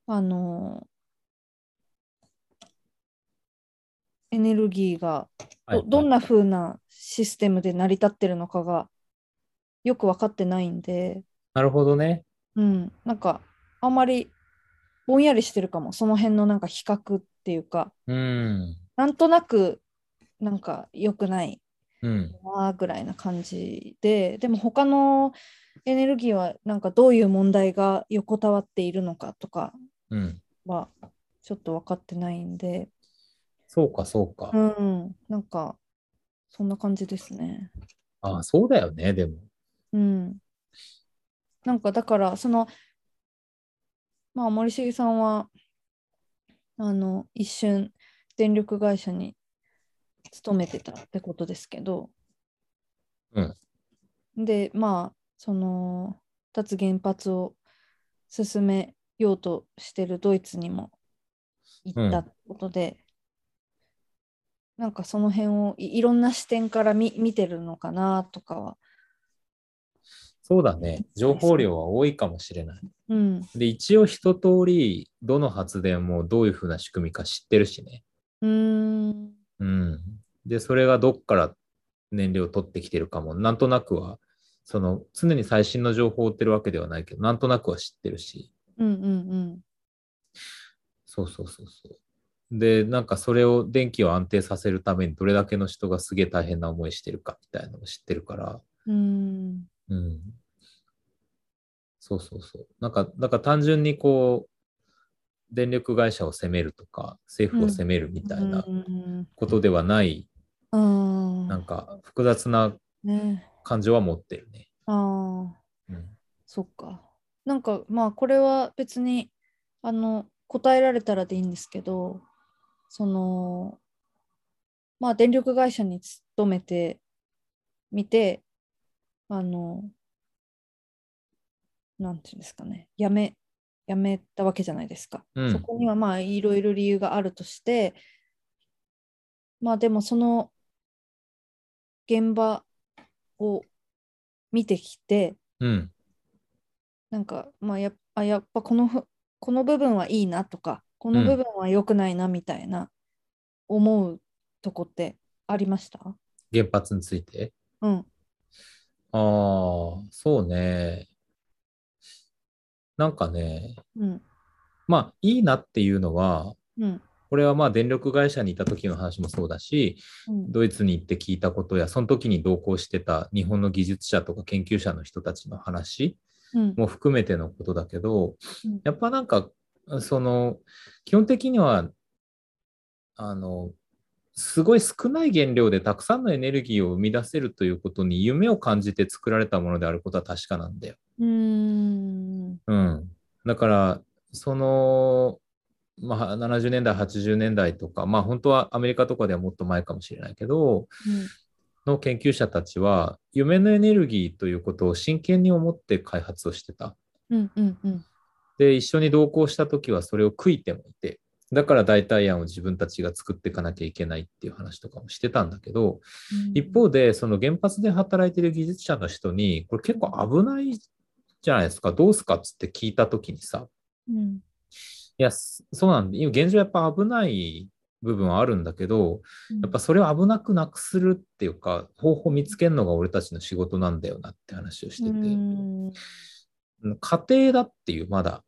[SPEAKER 2] あのエネルギーが
[SPEAKER 1] はいは
[SPEAKER 2] ど
[SPEAKER 1] い
[SPEAKER 2] どんな風なシステムで成り立ってるのかがよく分かってないんで、
[SPEAKER 1] なるほどね。
[SPEAKER 2] うん、なんかあんまりぼんやりしてるかもその辺のなんか比較っていうか
[SPEAKER 1] うん。
[SPEAKER 2] なんとなくなんか良くない
[SPEAKER 1] うん。
[SPEAKER 2] わーぐらいな感じででも他のエネルギーはなんかどういう問題が横たわっているのかとか
[SPEAKER 1] うん。
[SPEAKER 2] はちょっと分かってないんで
[SPEAKER 1] そうか、そうか。
[SPEAKER 2] うんなんかそんな感じですね
[SPEAKER 1] ああ、そうだよね、でも。
[SPEAKER 2] うんなんかだからそのまあ森重さんはあの一瞬電力会社に勤めてたってことですけど、
[SPEAKER 1] うん
[SPEAKER 2] でまあその脱原発を進めようとしてるドイツにも行ったってことで、なんかその辺をいいろんな視点から見見てるのかなとかは、
[SPEAKER 1] そうだね。情報量は多いかもしれない。
[SPEAKER 2] うん
[SPEAKER 1] で、一応一通り、どの発電もどういうふうな仕組みか知ってるしね。
[SPEAKER 2] うーん
[SPEAKER 1] うん。で、それがどっから燃料を取ってきてるかも、なんとなくは、その、常に最新の情報を追ってるわけではないけど、なんとなくは知ってるし、
[SPEAKER 2] うんうん
[SPEAKER 1] そうそうそうそう。で、なんかそれを、電気を安定させるために、どれだけの人がすげえ大変な思いしてるかみたいなのを知ってるから、
[SPEAKER 2] うんうん
[SPEAKER 1] うん。そうそうそう。なんか、なんか単純にこう、電力会社を責めるとか、政府を責めるみたいな
[SPEAKER 2] うん
[SPEAKER 1] ことではない、
[SPEAKER 2] うん
[SPEAKER 1] なんか複雑な
[SPEAKER 2] ね
[SPEAKER 1] 感情は持ってるね。
[SPEAKER 2] ああ
[SPEAKER 1] うん
[SPEAKER 2] そっか。なんかまあこれは別にあの答えられたらでいいんですけどそのまあ電力会社に勤めてみてあのなんていうんですかね辞め辞めたわけじゃないですか。
[SPEAKER 1] うん
[SPEAKER 2] そこにはまあいろいろ理由があるとしてまあでもその現場を見てきて、
[SPEAKER 1] うん。
[SPEAKER 2] なんか、まあ、やっあやっぱこのふこの部分はいいなとかこの
[SPEAKER 1] うん
[SPEAKER 2] 部分は良くないなみたいな思うとこってありました
[SPEAKER 1] 原発について。
[SPEAKER 2] うん
[SPEAKER 1] ああ、そうね。なんかね、
[SPEAKER 2] うん
[SPEAKER 1] まあいいなっていうのは、
[SPEAKER 2] うん
[SPEAKER 1] これはまあ電力会社にいた時の話もそうだし、
[SPEAKER 2] うん
[SPEAKER 1] ドイツに行って聞いたことや、その時に同行してた日本の技術者とか研究者の人たちの話
[SPEAKER 2] うん
[SPEAKER 1] も含めてのことだけど、
[SPEAKER 2] うん
[SPEAKER 1] やっぱなんか、その、基本的には、あの、すごい少ない原料でたくさんのエネルギーを生み出せるということに夢を感じて作られたものであることは確かなんだよ。
[SPEAKER 2] うーん
[SPEAKER 1] うん。だから、その、まあ、70年代、80年代とか、まあ、本当はアメリカとかではもっと前かもしれないけど、の研究者たちは、夢のエネルギーということを真剣に思って開発をしてた。
[SPEAKER 2] うんうんうん
[SPEAKER 1] で、一緒に同行した時はそれを悔いてもいて、だから代替案を自分たちが作っていかなきゃいけないっていう話とかもしてたんだけど、一方で、その原発で働いてる技術者の人に、これ結構危ないじゃないですか、どうすかっつって聞いた時にさ、
[SPEAKER 2] うん
[SPEAKER 1] いや、そそうなんで、今現状やっぱ危ない部分はあるんだけど、やっぱそれを危なくなくするっていうか、方法見つけるのが俺たちの仕事なんだよなって話をしてて。
[SPEAKER 2] う
[SPEAKER 1] う
[SPEAKER 2] ん
[SPEAKER 1] ん家庭だっていう、まだ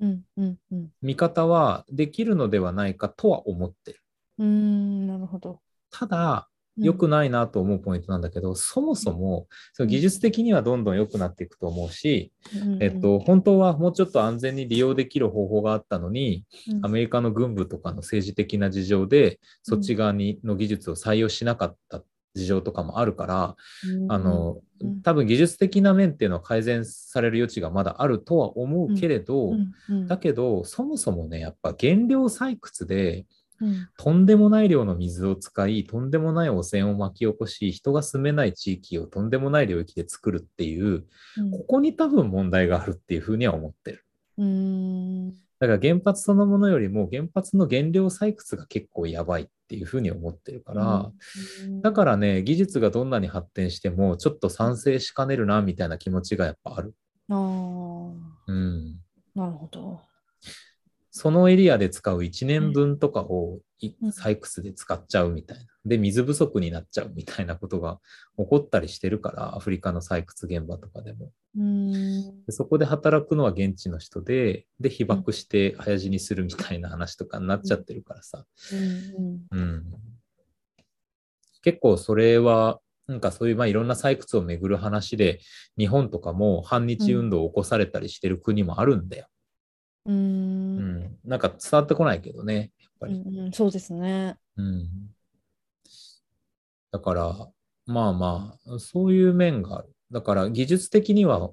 [SPEAKER 2] うんうんうん
[SPEAKER 1] 見方はできるのではないかとは思ってる。
[SPEAKER 2] うーんなるほど。
[SPEAKER 1] ただ、
[SPEAKER 2] うん
[SPEAKER 1] 良くないなと思うポイントなんだけど、そもそもその技術的にはどんどん良くなっていくと思うし、
[SPEAKER 2] うんうん
[SPEAKER 1] えっと、本当はもうちょっと安全に利用できる方法があったのに、
[SPEAKER 2] うん
[SPEAKER 1] アメリカの軍部とかの政治的な事情で、そっち側にの技術を採用しなかった事情とかもあるから、
[SPEAKER 2] うん
[SPEAKER 1] あの
[SPEAKER 2] うん
[SPEAKER 1] 多分技術的な面っていうのは改善される余地がまだあるとは思うけれど、
[SPEAKER 2] うんうん
[SPEAKER 1] だけどそもそもねやっぱ原料採掘で
[SPEAKER 2] うん
[SPEAKER 1] とんでもない量の水を使いとんでもない汚染を巻き起こし人が住めない地域をとんでもない領域で作るっていう
[SPEAKER 2] うん
[SPEAKER 1] ここに多分問題があるっていうふうには思ってる。
[SPEAKER 2] うーん
[SPEAKER 1] だから原発そのものよりも原発の原料採掘が結構やばいっていうふうに思ってるから、
[SPEAKER 2] うん
[SPEAKER 1] だからね技術がどんなに発展してもちょっと賛成しかねるなみたいな気持ちがやっぱある。
[SPEAKER 2] あー
[SPEAKER 1] うん、
[SPEAKER 2] なるほど。
[SPEAKER 1] そのエリアで使う1年分とかをい
[SPEAKER 2] うん
[SPEAKER 1] 採掘で使っちゃうみたいな。で水不足になっちゃうみたいなことが起こったりしてるからアフリカの採掘現場とかでも。
[SPEAKER 2] うーん
[SPEAKER 1] でそこで働くのは現地の人で、で、被爆して早死にするみたいな話とかになっちゃってるからさ。
[SPEAKER 2] うん
[SPEAKER 1] うん。結構それは、なんかそういう、まあ、いろんな採掘をめぐる話で、日本とかも反日運動を起こされたりしてる国もあるんだよ。
[SPEAKER 2] うんうー
[SPEAKER 1] うんん。なんか伝わってこないけどね、やっぱ
[SPEAKER 2] う
[SPEAKER 1] り。
[SPEAKER 2] んうんそうですね。
[SPEAKER 1] うん。だから、まあまあ、そういう面がある。だから、技術的には、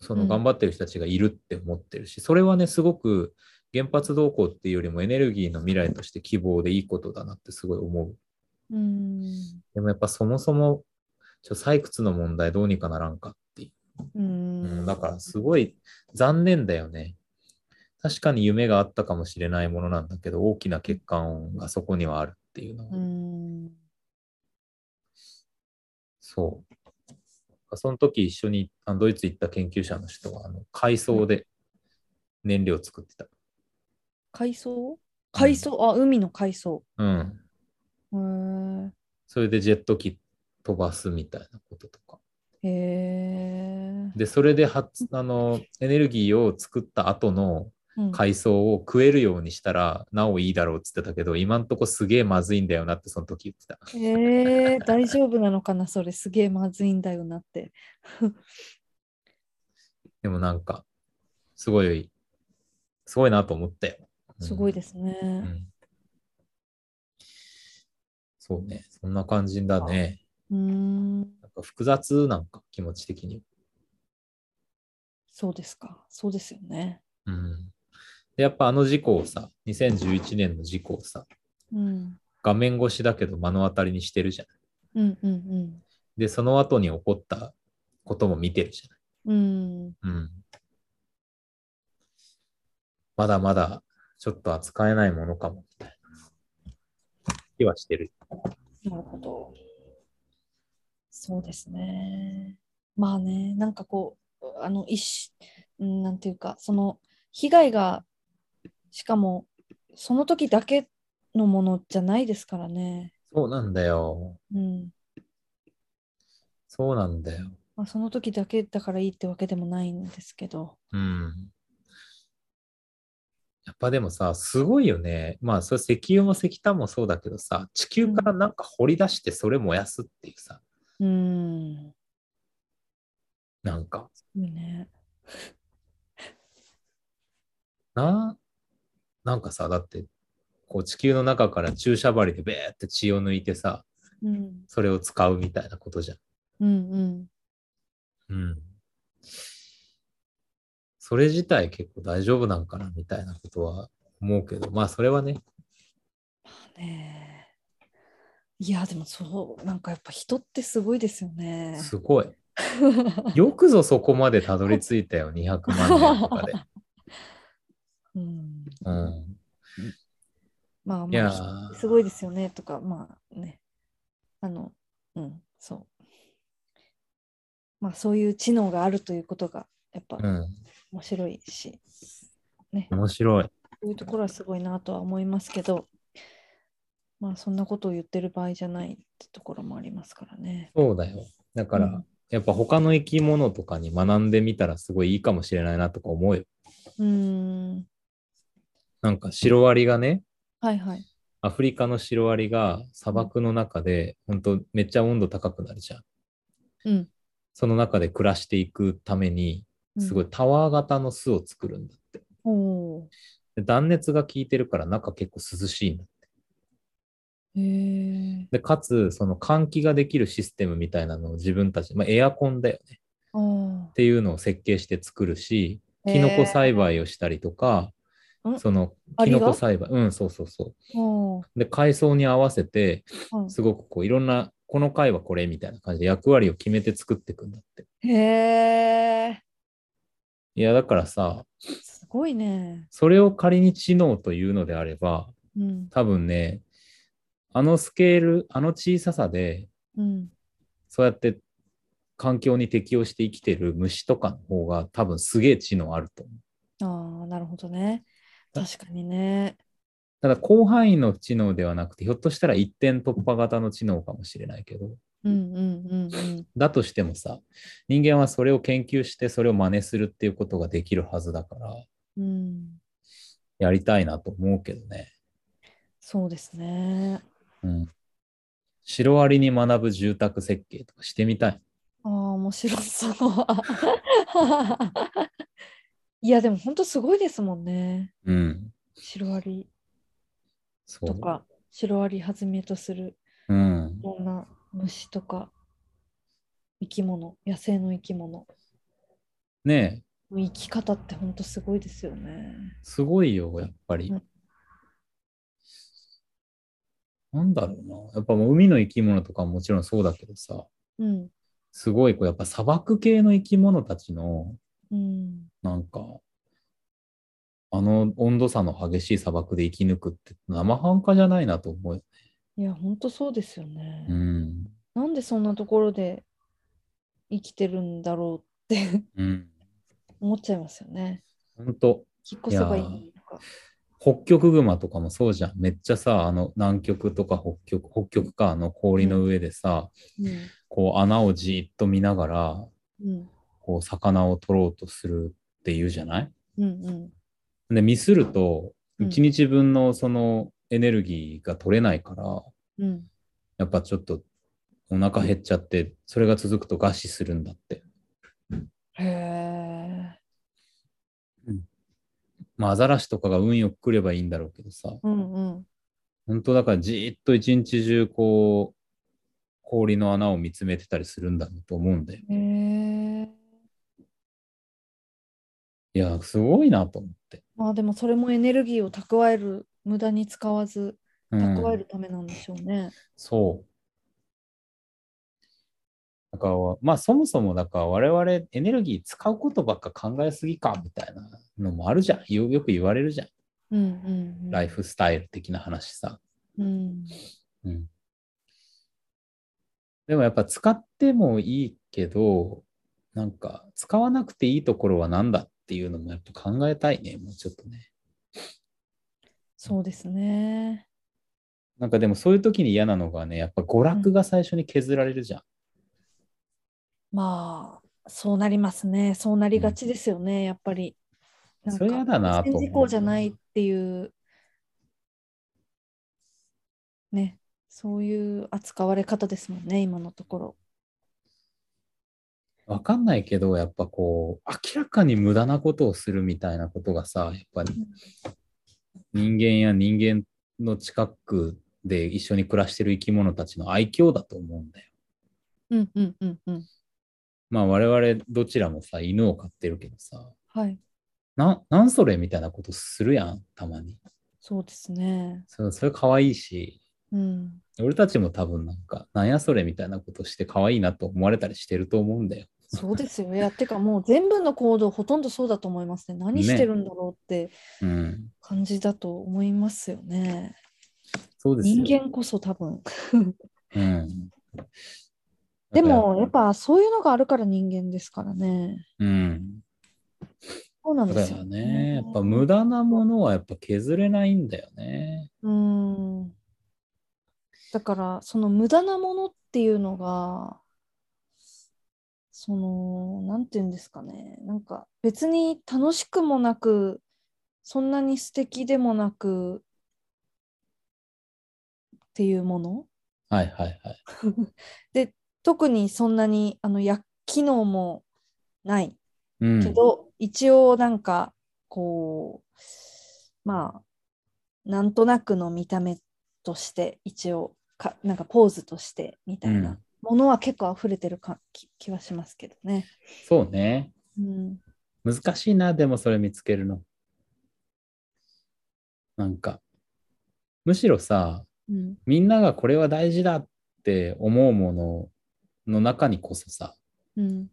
[SPEAKER 1] そうの
[SPEAKER 2] ん
[SPEAKER 1] 頑張ってる人たちがいるって思ってるし、それはね、すごく原発動向っていうよりもエネルギーの未来として希望でいいことだなってすごい思う。
[SPEAKER 2] うん
[SPEAKER 1] でもやっぱそもそも、ちょ採掘の問題どうにかならんかっていうう。
[SPEAKER 2] ん
[SPEAKER 1] うん、だから、すごい残念だよね。確かに夢があったかもしれないものなんだけど、大きな欠陥がそこにはあるっていうのは。
[SPEAKER 2] うん
[SPEAKER 1] そう。その時一緒にあのドイツ行った研究者の人は、あの海藻で燃料作ってた。
[SPEAKER 2] 海藻海藻あ海の海藻。
[SPEAKER 1] うん。
[SPEAKER 2] へー
[SPEAKER 1] それでジェット機飛ばすみたいなこととか。
[SPEAKER 2] へえ。
[SPEAKER 1] で、それで発あのエネルギーを作った後の
[SPEAKER 2] うん
[SPEAKER 1] 海藻を食えるようにしたら、なおいいだろうって言ってたけど、今んとこすげえまずいんだよなってその時言ってた。
[SPEAKER 2] えー、大丈夫なのかなそれすげえまずいんだよなって。
[SPEAKER 1] でもなんか、すごい、すごいなと思ったよ。
[SPEAKER 2] すごい
[SPEAKER 1] す
[SPEAKER 2] ですね。
[SPEAKER 1] うんそうね、そんな感じだね。
[SPEAKER 2] うーん、
[SPEAKER 1] なんか複雑なんか、気持ち的に。
[SPEAKER 2] そうですか。そうですよね。
[SPEAKER 1] うん。で、やっぱあの事故をさ、2011年の事故をさ、
[SPEAKER 2] うん。
[SPEAKER 1] 画面越しだけど目の当たりにしてるじゃん。
[SPEAKER 2] うんうん
[SPEAKER 1] で、その後に起こったことも見てるじ
[SPEAKER 2] うん。うん。
[SPEAKER 1] ゃん。うん。まだまだ、ちょっと扱えないものかも、みたいな。気はしてる。
[SPEAKER 2] なるほど。そうですね。まあね、なんかこう、あの、一し、うんなんていうか、その、被害が、しかも、その時だけのものじゃないですからね。
[SPEAKER 1] そうなんだよ。
[SPEAKER 2] うん。
[SPEAKER 1] そうなんだよ。
[SPEAKER 2] まあ、その時だけだからいいってわけでもないんですけど。
[SPEAKER 1] うん。やっぱでもさ、すごいよね。まあ、それ石油も石炭もそうだけどさ、地球からなんか掘り出してそれ燃やすっていうさ、
[SPEAKER 2] うん。
[SPEAKER 1] なんか、
[SPEAKER 2] いいね。
[SPEAKER 1] な、なんかさ、だって、こう地球の中から注射針でベーって血を抜いてさ、
[SPEAKER 2] うん。
[SPEAKER 1] それを使うみたいなことじゃん。
[SPEAKER 2] うんうん。
[SPEAKER 1] うん。それ自体結構大丈夫なんかなみたいなことは思うけど、まあそれはね、
[SPEAKER 2] ねえいや、でもそう、なんかやっぱ人ってすごいですよね。
[SPEAKER 1] すごい。よくぞそこまでたどり着いたよ、200万人とか で。
[SPEAKER 2] うん、
[SPEAKER 1] うん、
[SPEAKER 2] まあ
[SPEAKER 1] いや
[SPEAKER 2] まあ、
[SPEAKER 1] ー
[SPEAKER 2] すごいですよねとか、まあね。あの、うん、そう。まあそういう知能があるということが、やっぱ
[SPEAKER 1] うん、
[SPEAKER 2] 面白いし、
[SPEAKER 1] 面白い。
[SPEAKER 2] そういうところはすごいなとは思いますけど、まあそんなことを言ってる場合じゃないってところもありますからね。
[SPEAKER 1] そうだよ。だから、
[SPEAKER 2] うん
[SPEAKER 1] やっぱ他の生き物とかに学んでみたらすごいいいかもしれないなとか思うよ。
[SPEAKER 2] うん。
[SPEAKER 1] なんかシロアリがね、
[SPEAKER 2] はいはい。
[SPEAKER 1] アフリカのシロアリが砂漠の中で、本当めっちゃ温度高くなるじゃん。
[SPEAKER 2] うん。
[SPEAKER 1] その中で暮らしていくために、すご
[SPEAKER 2] い。
[SPEAKER 1] いタワー型の巣を作るんだって。
[SPEAKER 2] おー
[SPEAKER 1] で断熱が効いてるから中結構涼しいんだって。
[SPEAKER 2] へえ。
[SPEAKER 1] で、かつ、その換気ができるシステムみたいなのを自分たち、まあ、エアコンだよね。
[SPEAKER 2] ああ
[SPEAKER 1] っ。ていうのを設計して作るし、
[SPEAKER 2] へー
[SPEAKER 1] キノコ栽培をしたりとか、
[SPEAKER 2] ん
[SPEAKER 1] その
[SPEAKER 2] ア
[SPEAKER 1] キ
[SPEAKER 2] リが
[SPEAKER 1] ノコ栽培、うん、そうそうそ
[SPEAKER 2] おー
[SPEAKER 1] う。で、海藻に合わせて、
[SPEAKER 2] うん
[SPEAKER 1] すごくこういろんな、この回はこれみたいな感じで役割を決めて作っていくんだって。
[SPEAKER 2] へえ。
[SPEAKER 1] いや、だからさ、
[SPEAKER 2] すごいね。
[SPEAKER 1] それを仮に知能というのであれば、
[SPEAKER 2] うん。
[SPEAKER 1] 多分ね、あのスケール、あの小ささで、
[SPEAKER 2] うん。
[SPEAKER 1] そうやって環境に適応して生きてる虫とかの方が多分すげえ知能あると思う。
[SPEAKER 2] ああ、なるほどね。
[SPEAKER 1] だ
[SPEAKER 2] 確かにね。
[SPEAKER 1] ただ広範囲の知能ではなくて、ひょっとしたら一点突破型の知能かもしれないけど、
[SPEAKER 2] うんうんうんうん。
[SPEAKER 1] だとしてもさ、人間はそれを研究してそれを真似するっていうことができるはずだから、
[SPEAKER 2] うん。
[SPEAKER 1] やりたいなと思うけどね。
[SPEAKER 2] そうですね。
[SPEAKER 1] うん。シロアリに学ぶ住宅設計とかしてみたい。
[SPEAKER 2] ああ、面白そう。 いや、でも本当すごいですもんね。
[SPEAKER 1] うん。
[SPEAKER 2] シロアリ
[SPEAKER 1] そう。
[SPEAKER 2] とか、シロアリはじめとする
[SPEAKER 1] うん
[SPEAKER 2] い。ろんな虫とか生き物、野生の生き物。
[SPEAKER 1] ねえ、
[SPEAKER 2] 生き方って本当すごいですよね。
[SPEAKER 1] すごいよ、やっぱり
[SPEAKER 2] うん。
[SPEAKER 1] なんだろうな。やっぱもう海の生き物とかももちろんそうだけどさ、
[SPEAKER 2] うん。
[SPEAKER 1] すごいこうやっぱ砂漠系の生き物たちの、
[SPEAKER 2] うん。
[SPEAKER 1] なんか、あの温度差の激しい砂漠で生き抜くって生半可じゃないなと思うよ。
[SPEAKER 2] いや、本当そうですよね。
[SPEAKER 1] うん。
[SPEAKER 2] なんでそんなところで生きてるんだろうって
[SPEAKER 1] うん。
[SPEAKER 2] 思っちゃいますよね。
[SPEAKER 1] ほんと、
[SPEAKER 2] 引っ越せばいい
[SPEAKER 1] いやー
[SPEAKER 2] のか。
[SPEAKER 1] 北極熊とかもそうじゃん。めっちゃさ、あの南極とか北極、北極か、あの氷の上でさ、こう穴をじーっと見ながら、
[SPEAKER 2] うん。うん。
[SPEAKER 1] こう魚を取ろうとするっていうじゃない
[SPEAKER 2] うんうん。
[SPEAKER 1] で、ミスると、
[SPEAKER 2] うん
[SPEAKER 1] 1日分のそのエネルギーが取れないから、
[SPEAKER 2] うん。
[SPEAKER 1] やっぱちょっとお腹減っちゃって、それが続くと餓死するんだって。
[SPEAKER 2] へえ。
[SPEAKER 1] まあ、アザラシとかが運よく来ればいいんだろうけどさ、
[SPEAKER 2] うんうん。
[SPEAKER 1] 本当だからじーっと一日中こう、氷の穴を見つめてたりするんだろうと思うんだよ。
[SPEAKER 2] へえ。
[SPEAKER 1] いや、すごいなと思って。
[SPEAKER 2] まあでもそれもエネルギーを蓄える、無駄に使わず
[SPEAKER 1] うん
[SPEAKER 2] 蓄えるためなんでしょうね。
[SPEAKER 1] そう。だから、まあそもそもだから我々エネルギー使うことばっか考えすぎかみたいなのもあるじゃん。よよく言われるじゃん。
[SPEAKER 2] うんうんうん。
[SPEAKER 1] ライフスタイル的な話さ。
[SPEAKER 2] うん。
[SPEAKER 1] うん。でもやっぱ使ってもいいけど、なんか使わなくていいところは何だっていうのもやっぱ考えたいね。もうちょっとね。
[SPEAKER 2] そうですね。
[SPEAKER 1] なんかでもそういう時に嫌なのがね、やっぱ娯楽が最初に削られるじゃん。
[SPEAKER 2] まあ、そうなりますね。そうなりがちですよね、やっぱり。なん
[SPEAKER 1] それ
[SPEAKER 2] か
[SPEAKER 1] 嫌だなと
[SPEAKER 2] 先
[SPEAKER 1] 思う。
[SPEAKER 2] 事項じゃないっていう、ね、そういう扱われ方ですもんね、今のところ。
[SPEAKER 1] わかんないけど、やっぱこう、明らかに無駄なことをするみたいなことがさ、やっぱり人間や人間の近くで一緒に暮らしてる生き物たちの愛嬌だと思うんだよ。
[SPEAKER 2] うんうんうんうん。
[SPEAKER 1] まあ我々どちらもさ、犬を飼ってるけどさ、
[SPEAKER 2] はい、
[SPEAKER 1] な、なんそれみたいなことするやん、たまに。
[SPEAKER 2] そうですね。
[SPEAKER 1] それ、それ可愛いし、
[SPEAKER 2] うん。
[SPEAKER 1] 俺たちも多分なんか、なんやそれみたいなことして可愛いなと思われたりしてると思うんだよ。
[SPEAKER 2] そうですよ。いや、てかもう全部の行動ほとんどそうだと思いますね。何してるんだろうって
[SPEAKER 1] うん。
[SPEAKER 2] 感じだと思いますよね。
[SPEAKER 1] そうですよ。
[SPEAKER 2] 人間こそ多分。
[SPEAKER 1] うん。
[SPEAKER 2] でも、やっぱそういうのがあるから人間ですからね。
[SPEAKER 1] うん。
[SPEAKER 2] そうなんで
[SPEAKER 1] だ
[SPEAKER 2] す
[SPEAKER 1] か
[SPEAKER 2] よ
[SPEAKER 1] らね、やっぱ無駄なものはやっぱ削れないんだよね。
[SPEAKER 2] うん。だから、その無駄なものっていうのが、その、なんていうんですかね、なんか別に楽しくもなく、そんなに素敵でもなくっていうもの
[SPEAKER 1] はいはいはい。
[SPEAKER 2] で、特にそんなにあのや機能もない
[SPEAKER 1] うん、
[SPEAKER 2] けど、一応なんかこうまあなんとなくの見た目として一応かなんかポーズとしてみたい
[SPEAKER 1] うん
[SPEAKER 2] なものは結構溢れてるか、き気はしますけどね。
[SPEAKER 1] そうね。
[SPEAKER 2] うん、
[SPEAKER 1] 難しいな、でもそれ見つけるの。なんか、むしろさ、
[SPEAKER 2] うん、
[SPEAKER 1] みんながこれは大事だって思うものの中にこそさ、
[SPEAKER 2] うん。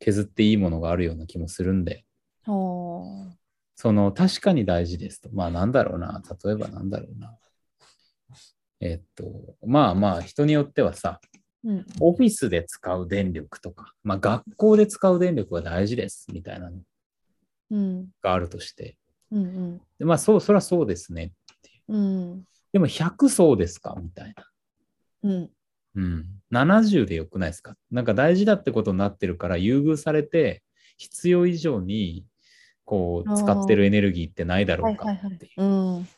[SPEAKER 1] 削っていいものがあるような気もするんで、
[SPEAKER 2] おー
[SPEAKER 1] その確かに大事ですと。まあなんだろうな、例えばなんだろうな。えっと、まあまあ人によってはさ、
[SPEAKER 2] うん、
[SPEAKER 1] オフィスで使う電力とか、まあ学校で使う電力は大事ですみたいなの
[SPEAKER 2] うん、
[SPEAKER 1] があるとして、
[SPEAKER 2] うん、
[SPEAKER 1] でまあそう、そりゃそうですね。
[SPEAKER 2] うん、
[SPEAKER 1] でも100そうですかみたいな。
[SPEAKER 2] うん、
[SPEAKER 1] うん。70でよくないですかなんか大事だってことになってるから優遇されて、必要以上にこう使ってるエネルギーってないだろうか
[SPEAKER 2] はい
[SPEAKER 1] っ
[SPEAKER 2] はいはい
[SPEAKER 1] ていう。
[SPEAKER 2] うん。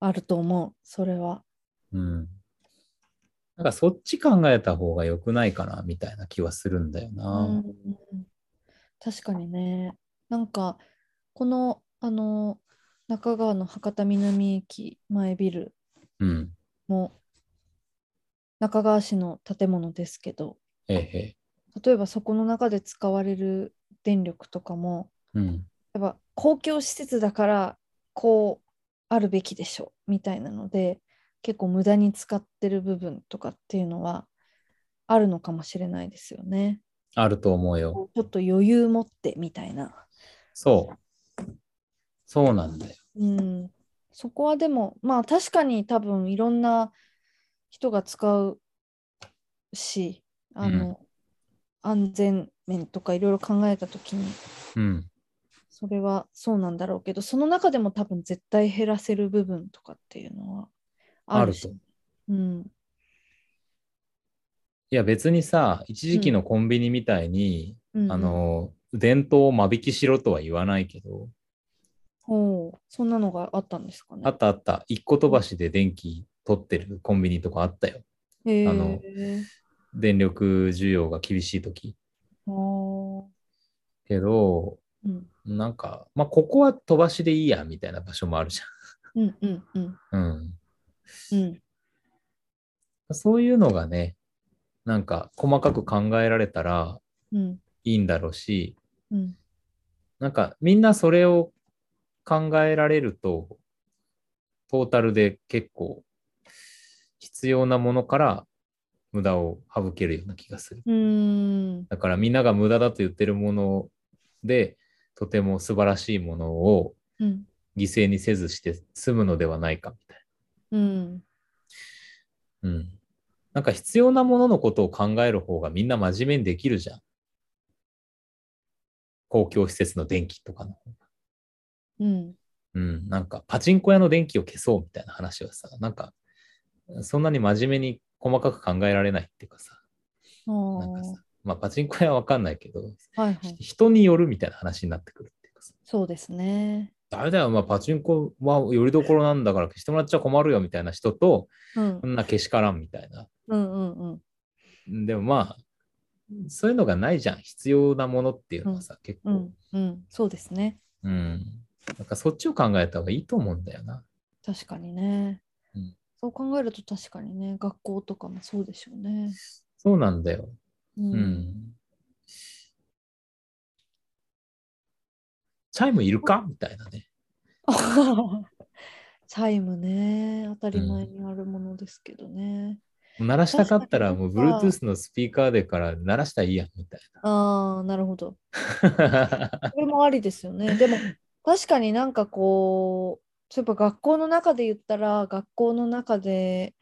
[SPEAKER 2] あると思う、それは。
[SPEAKER 1] うん。なんかそっち考えた方が良くないかなみたいな気はするんだよな。
[SPEAKER 2] うん確かにねなんかこのあの中川の博多南駅前ビル
[SPEAKER 1] うん。
[SPEAKER 2] も中川市の建物ですけど
[SPEAKER 1] ええええ。
[SPEAKER 2] 例えばそこの中で使われる電力とかも
[SPEAKER 1] うん。
[SPEAKER 2] やっぱ公共施設だからこうあるべきでしょみたいなので結構無駄に使ってる部分とかっていうのはあるのかもしれないですよね。
[SPEAKER 1] あると思うよ。
[SPEAKER 2] こうちょっと余裕持ってみたいな。
[SPEAKER 1] そう。そうなんだよ。
[SPEAKER 2] うん、そこはでもまあ確かに多分いろんな人が使うしあの、安全面とかいろいろ考えた時に
[SPEAKER 1] うん。
[SPEAKER 2] それはそうなんだろうけどその中でも多分絶対減らせる部分とかっていうのはあ
[SPEAKER 1] あ
[SPEAKER 2] る
[SPEAKER 1] る
[SPEAKER 2] し
[SPEAKER 1] と。
[SPEAKER 2] うん
[SPEAKER 1] いや別にさ、一時期のコンビニみたいに、
[SPEAKER 2] うん、
[SPEAKER 1] あの、伝統を間引きしろとは言わないけど、
[SPEAKER 2] ほうそんなのがあったんですかね。
[SPEAKER 1] あったあった、一個飛ばしで電気取ってるコンビニとかあったよ。
[SPEAKER 2] へー
[SPEAKER 1] あの電力需要が厳しい時。
[SPEAKER 2] あー
[SPEAKER 1] けど、
[SPEAKER 2] うん
[SPEAKER 1] なんか、まあ、ここは飛ばしでいいや、みたいな場所もあるじ
[SPEAKER 2] うんうんうん
[SPEAKER 1] ゃん。うん。
[SPEAKER 2] うん
[SPEAKER 1] そういうのがね、なんか細かく考えられたら
[SPEAKER 2] うん
[SPEAKER 1] いいんだろうし、
[SPEAKER 2] うん
[SPEAKER 1] なんかみんなそれを考えられると、トータルで結構必要なものから無駄を省けるような気がする。
[SPEAKER 2] うーん
[SPEAKER 1] だからみんなが無駄だと言ってるもので、とても素晴らしいものを
[SPEAKER 2] うん
[SPEAKER 1] 犠牲にせずして済むのではないかみたい
[SPEAKER 2] うん
[SPEAKER 1] な。うん。なんか必要なもののことを考える方がみんな真面目にできるじゃん。公共施設の電気とかの。
[SPEAKER 2] うん
[SPEAKER 1] うん、なんかパチンコ屋の電気を消そうみたいな話はさ、なんかそんなに真面目に細かく考えられないっていうかさ、
[SPEAKER 2] あ
[SPEAKER 1] なんか
[SPEAKER 2] ー
[SPEAKER 1] さ、まあパチンコ屋はわかんないけど、
[SPEAKER 2] はいはい、
[SPEAKER 1] 人によるみたいな話になってくるっていうかさ、
[SPEAKER 2] そうですね。
[SPEAKER 1] ダメだよ、まあパチンコはよりどころなんだから消してもらっちゃ困るよみたいな人と、
[SPEAKER 2] うん
[SPEAKER 1] こ、んなけしからんみたいな。
[SPEAKER 2] うん、うん、うん。
[SPEAKER 1] でもまあ、そういうのがないじゃん。必要なものっていうのはさ、結
[SPEAKER 2] う
[SPEAKER 1] 構
[SPEAKER 2] ん、、うん、そうですね。
[SPEAKER 1] うん。なんかそっちを考えた方がいいと思うんだよな。
[SPEAKER 2] 確かにね。
[SPEAKER 1] うん
[SPEAKER 2] そう考えると確かにね、学校とかもそうでしょうね。
[SPEAKER 1] そうなんだよ。
[SPEAKER 2] う
[SPEAKER 1] う。 んチャイムいるかみたいなね。
[SPEAKER 2] チャイムね、当たり前にあるものですけどね。
[SPEAKER 1] 鳴らしたかったら、もう
[SPEAKER 2] 確かに
[SPEAKER 1] Bluetooth のスピーカーでから鳴らしたらいいやんみたい
[SPEAKER 2] ああ、なるほど。
[SPEAKER 1] な。
[SPEAKER 2] これもありですよね。でも、確かになんかこう、そういえば学校の中で言ったら、学校の中で、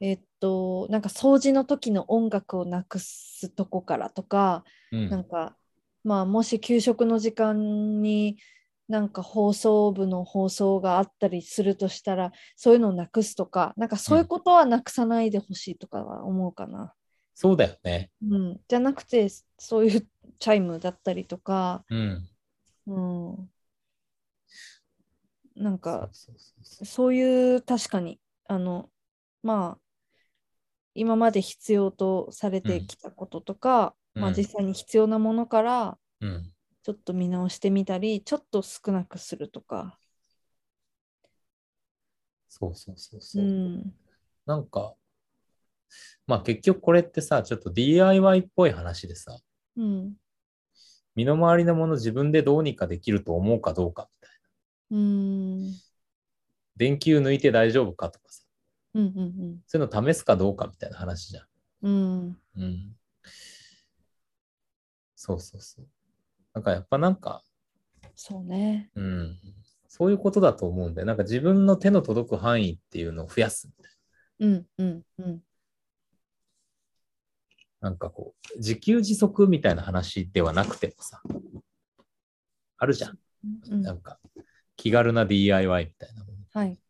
[SPEAKER 2] えっと、なんか掃除の時の音楽をなくすとこからとか、
[SPEAKER 1] う
[SPEAKER 2] なん
[SPEAKER 1] ん、
[SPEAKER 2] か、まあ、もし給食の時間になんか放送部の放送があったりするとしたらそういうのをなくすとかなんかそういうことはなくさないでほしいとかは思うかな、
[SPEAKER 1] そうだよね。
[SPEAKER 2] うん、じゃなくてそういうチャイムだったりとか、
[SPEAKER 1] うん。
[SPEAKER 2] うん、なんか
[SPEAKER 1] そうそうそう
[SPEAKER 2] そういう確かにあのまあ今まで必要とされてきたこととか、
[SPEAKER 1] うん
[SPEAKER 2] まあ、実際に必要なものから
[SPEAKER 1] そううん。
[SPEAKER 2] ちょっと見直してみたりちょっと少なくするとか、
[SPEAKER 1] そうそうそう
[SPEAKER 2] う
[SPEAKER 1] そう。
[SPEAKER 2] ん、
[SPEAKER 1] なんか、まあ結局これってさ、ちょっと DIY っぽい話でさ、
[SPEAKER 2] うん、
[SPEAKER 1] 身の回りのもの自分でどうにかできると思うかどうかみたいな。
[SPEAKER 2] うん、
[SPEAKER 1] 電球抜いて大丈夫かとかさ、
[SPEAKER 2] うん、うん、
[SPEAKER 1] そういうの試すかどうかみたいな話じゃん。
[SPEAKER 2] うん、
[SPEAKER 1] うん。そうそうそう。なんかやっぱなんか、
[SPEAKER 2] そうね、
[SPEAKER 1] うん、そういうことだと思うんだよ。なんか自分の手の届く範囲っていうのを増やすみたい
[SPEAKER 2] うん、うん、うん、
[SPEAKER 1] な。なんかこう、自給自足みたいな話ではなくてもさ、あるじゃん。
[SPEAKER 2] うん、
[SPEAKER 1] なんか、気軽な DIY みたいなもの。
[SPEAKER 2] はい、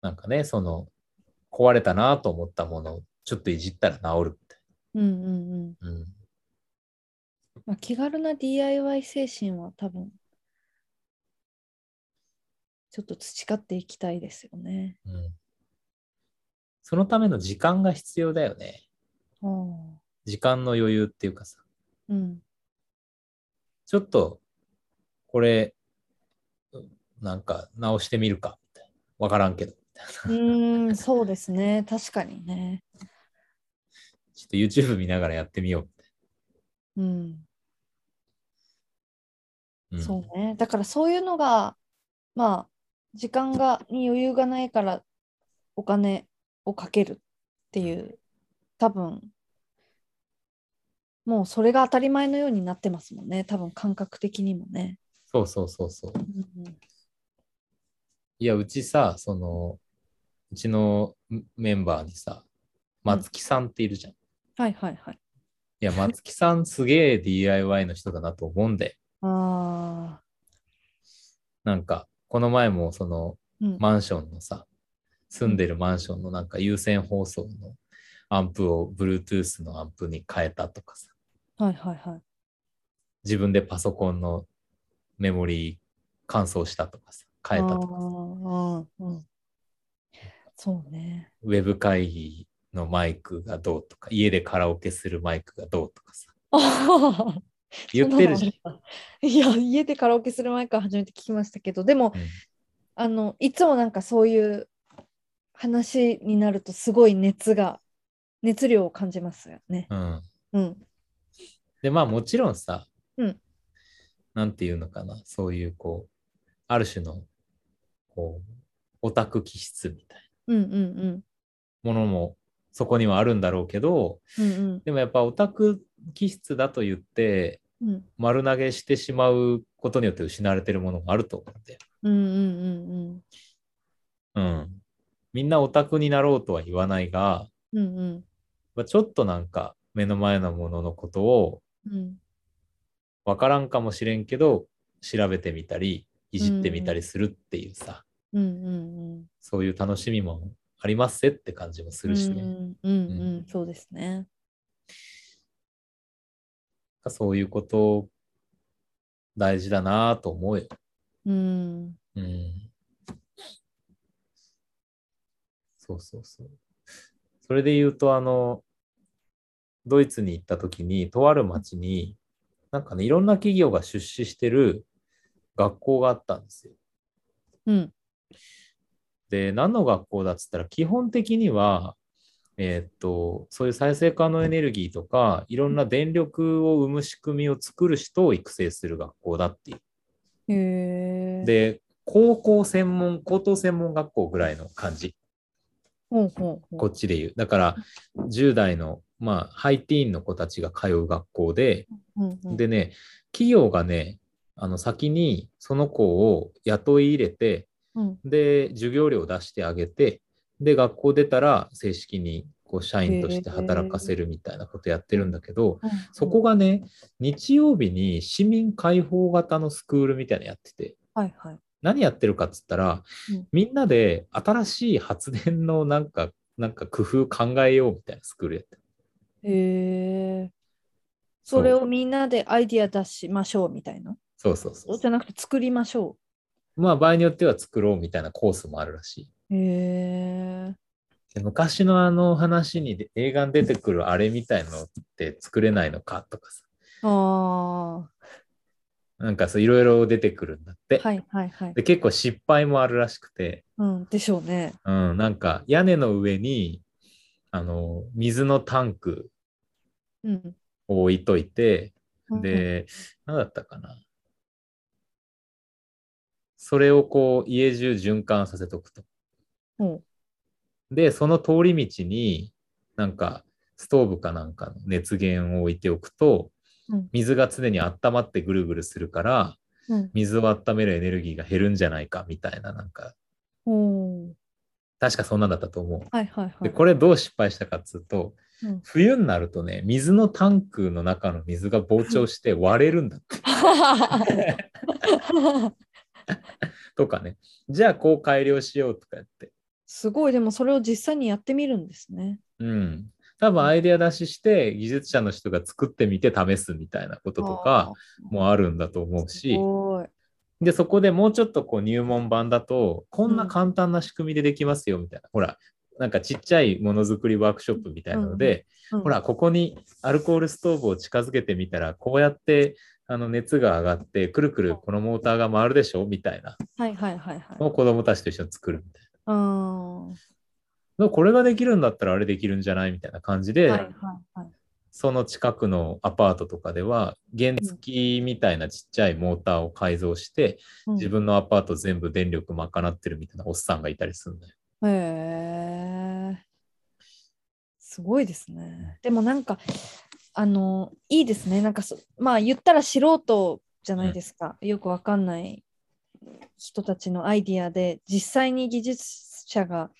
[SPEAKER 1] なんかね、その、壊れたなと思ったものをちょっといじったら治るみたい
[SPEAKER 2] うん、うん、うん、
[SPEAKER 1] な。うん。
[SPEAKER 2] まあ、気軽な DIY 精神は多分ちょっと培っていきたいですよね。
[SPEAKER 1] うん、そのための時間が必要だよね。
[SPEAKER 2] ああ、
[SPEAKER 1] 時間の余裕っていうかさ。
[SPEAKER 2] うん、
[SPEAKER 1] ちょっと、これ、なんか直してみるか、みたいな。わからんけど。
[SPEAKER 2] うーん、そうですね、確かにね。
[SPEAKER 1] ちょっと YouTube 見ながらやってみようみたい
[SPEAKER 2] うん、
[SPEAKER 1] な。ん
[SPEAKER 2] そうね。だからそういうのが、まあ、時間がに余裕がないからお金をかけるっていう、多分もうそれが当たり前のようになってますもんね、多分感覚的にもね。
[SPEAKER 1] そうそうそうそう。
[SPEAKER 2] うん
[SPEAKER 1] いや、うちさ、その、うちのメンバーにさ、松木さんっているじゃん。い
[SPEAKER 2] はいはいはい。
[SPEAKER 1] や、松木さんすげえ DIY の人だなと思うんで、
[SPEAKER 2] ああ、
[SPEAKER 1] なんか、この前もその
[SPEAKER 2] うん。
[SPEAKER 1] マンションのさ、住んでるマンションのなんか有線放送のアンプを Bluetooth のアンプに変えたとかさ、
[SPEAKER 2] はいはいはい。
[SPEAKER 1] 自分でパソコンのメモリー乾燥したとかさ、変えたとかさ、
[SPEAKER 2] ああうん、そうね。
[SPEAKER 1] ウェブ会議のマイクがどうとか、家でカラオケするマイクがどうとかさ、言ってるじゃん。
[SPEAKER 2] そなのあたいや、家でカラオケする前から初めて聞きましたけど、でも、
[SPEAKER 1] うん
[SPEAKER 2] あの、いつもなんかそういう話になると、すごい熱が、熱量を感じますよね。
[SPEAKER 1] うん、
[SPEAKER 2] うん。
[SPEAKER 1] でまあもちろんさ、
[SPEAKER 2] うん
[SPEAKER 1] なんていうのかなそういうこうある種のこうオタク気質みたい
[SPEAKER 2] うんうん
[SPEAKER 1] なものもそこにはあるんだろうけど
[SPEAKER 2] うん。うん
[SPEAKER 1] でもやっぱオタク気質だと言って
[SPEAKER 2] うん。うん
[SPEAKER 1] 丸投げしてしまうことによって失われてるものもあると思って、
[SPEAKER 2] うんうんう
[SPEAKER 1] う
[SPEAKER 2] ん
[SPEAKER 1] ん、みんなオタクになろうとは言わないが、
[SPEAKER 2] うん。うんうん
[SPEAKER 1] まあ、ちょっとなんか目の前のもののことを
[SPEAKER 2] うん。
[SPEAKER 1] わからんかもしれんけど調べてみたりいじってみたりするっていうさ、
[SPEAKER 2] うんうんうん。
[SPEAKER 1] そういう楽しみもありますぜって感じもするしね、
[SPEAKER 2] う
[SPEAKER 1] なん
[SPEAKER 2] んうんうん。そうですね。
[SPEAKER 1] かそういうこと大事だなぁと思うよ、
[SPEAKER 2] うん。
[SPEAKER 1] うん、そうそうそうそれで言うとあのドイツに行った時にとある町になんかねいろんな企業が出資してる学校があったんですよ
[SPEAKER 2] うん。
[SPEAKER 1] で、何の学校だっつったら、基本的には、えーっと、そういう再生可能エネルギーとか、いろんな電力を生む仕組みを作る人を育成する学校だっていう。
[SPEAKER 2] へえ。、
[SPEAKER 1] で、高校専門、高等専門学校ぐらいの感じ、
[SPEAKER 2] ほうほう
[SPEAKER 1] こ
[SPEAKER 2] ほ
[SPEAKER 1] っちで言う。だから、10代の、まあ、ハイティーンの子たちが通う学校で、
[SPEAKER 2] う。うんうん
[SPEAKER 1] でね、企業がね、あの先にその子を雇い入れて、
[SPEAKER 2] うん
[SPEAKER 1] で、授業料を出してあげて、で、学校出たら正式にここう社員として働かせるみたいなことやってるんだけど、
[SPEAKER 2] うんうん
[SPEAKER 1] そこがね、日曜日に市民解放型のスクールみたいなのやってて、
[SPEAKER 2] はいはい。
[SPEAKER 1] 何やってるかっつったら、
[SPEAKER 2] うん
[SPEAKER 1] みんなで新しい発電のなんか、なんか工夫考えようみたいなスクールやってる
[SPEAKER 2] へえ。それをみんなでアイディア出しましょうみたいな。
[SPEAKER 1] そうそうそう
[SPEAKER 2] じゃなくて作りましょ
[SPEAKER 1] まあ場合によっては作ろうみたいなコースもあるらし
[SPEAKER 2] う。へえ。
[SPEAKER 1] い。で昔のあの話にで映画に出てくるあれみたいのって作れないのかとかさ、
[SPEAKER 2] あ
[SPEAKER 1] なんかそういろいろ出てくるんだって、
[SPEAKER 2] あ。はいはいはい。
[SPEAKER 1] で。結構失敗もあるらしくて、
[SPEAKER 2] うん、でしょうね。
[SPEAKER 1] うん、なんか屋根の上にあの水のタンク
[SPEAKER 2] うん。
[SPEAKER 1] を置いといて、で、何だったかな。それをこう家中循環させとくと。
[SPEAKER 2] うん、
[SPEAKER 1] で、その通り道に、なんか、ストーブかなんかの熱源を置いておくと
[SPEAKER 2] うん、
[SPEAKER 1] 水が常に温まってぐるぐるするから、
[SPEAKER 2] うん。
[SPEAKER 1] 水を温めるエネルギーが減るんじゃないかみたいな、なんか、
[SPEAKER 2] うん。おー
[SPEAKER 1] 確かそんなんだったと思
[SPEAKER 2] はいはいは
[SPEAKER 1] う。
[SPEAKER 2] い。
[SPEAKER 1] で、これどう失敗したかっつうと、
[SPEAKER 2] うん
[SPEAKER 1] 冬になるとね、水のタンクの中の水が膨張して割れるんだってとかね、じゃあこう改良しようとかやって、
[SPEAKER 2] すごい、でもそれを実際にやってみるんですね。
[SPEAKER 1] うん。多分アイデア出しして、技術者の人が作ってみて試すみたいなこととか、もあるんだと思う
[SPEAKER 2] あー、
[SPEAKER 1] し
[SPEAKER 2] す、ごい。
[SPEAKER 1] で、そこでもうちょっとこう入門版だと、こんな簡単な仕組みでできますよみたいな、ほら、なんかちっちゃいものづくりワークショップみたいなので、
[SPEAKER 2] うん
[SPEAKER 1] ほら、、ここにアルコールストーブを近づけてみたら、こうやってあの熱が上がって、くるくるこのモーターが回るでしょみたいな
[SPEAKER 2] はいはいはいはい。
[SPEAKER 1] のを子供たちと一緒に作るみたい
[SPEAKER 2] ああ。は
[SPEAKER 1] な。これができるんだったらあれできるんじゃないみたいな感じ
[SPEAKER 2] い
[SPEAKER 1] で、
[SPEAKER 2] はいはい。
[SPEAKER 1] その近くのアパートとかでは、原付みたいなちっちゃいモーターを改造して、
[SPEAKER 2] うん
[SPEAKER 1] 自分のアパート全部電力賄ってるみたいなおっさんがいたりするんだよ。
[SPEAKER 2] へえ。すごいですね。でもなんか、あの、いいですね。なんかそ、まあ言ったら素人じゃないですか。よくわかんない人たちのアイディアで、実際に技術者が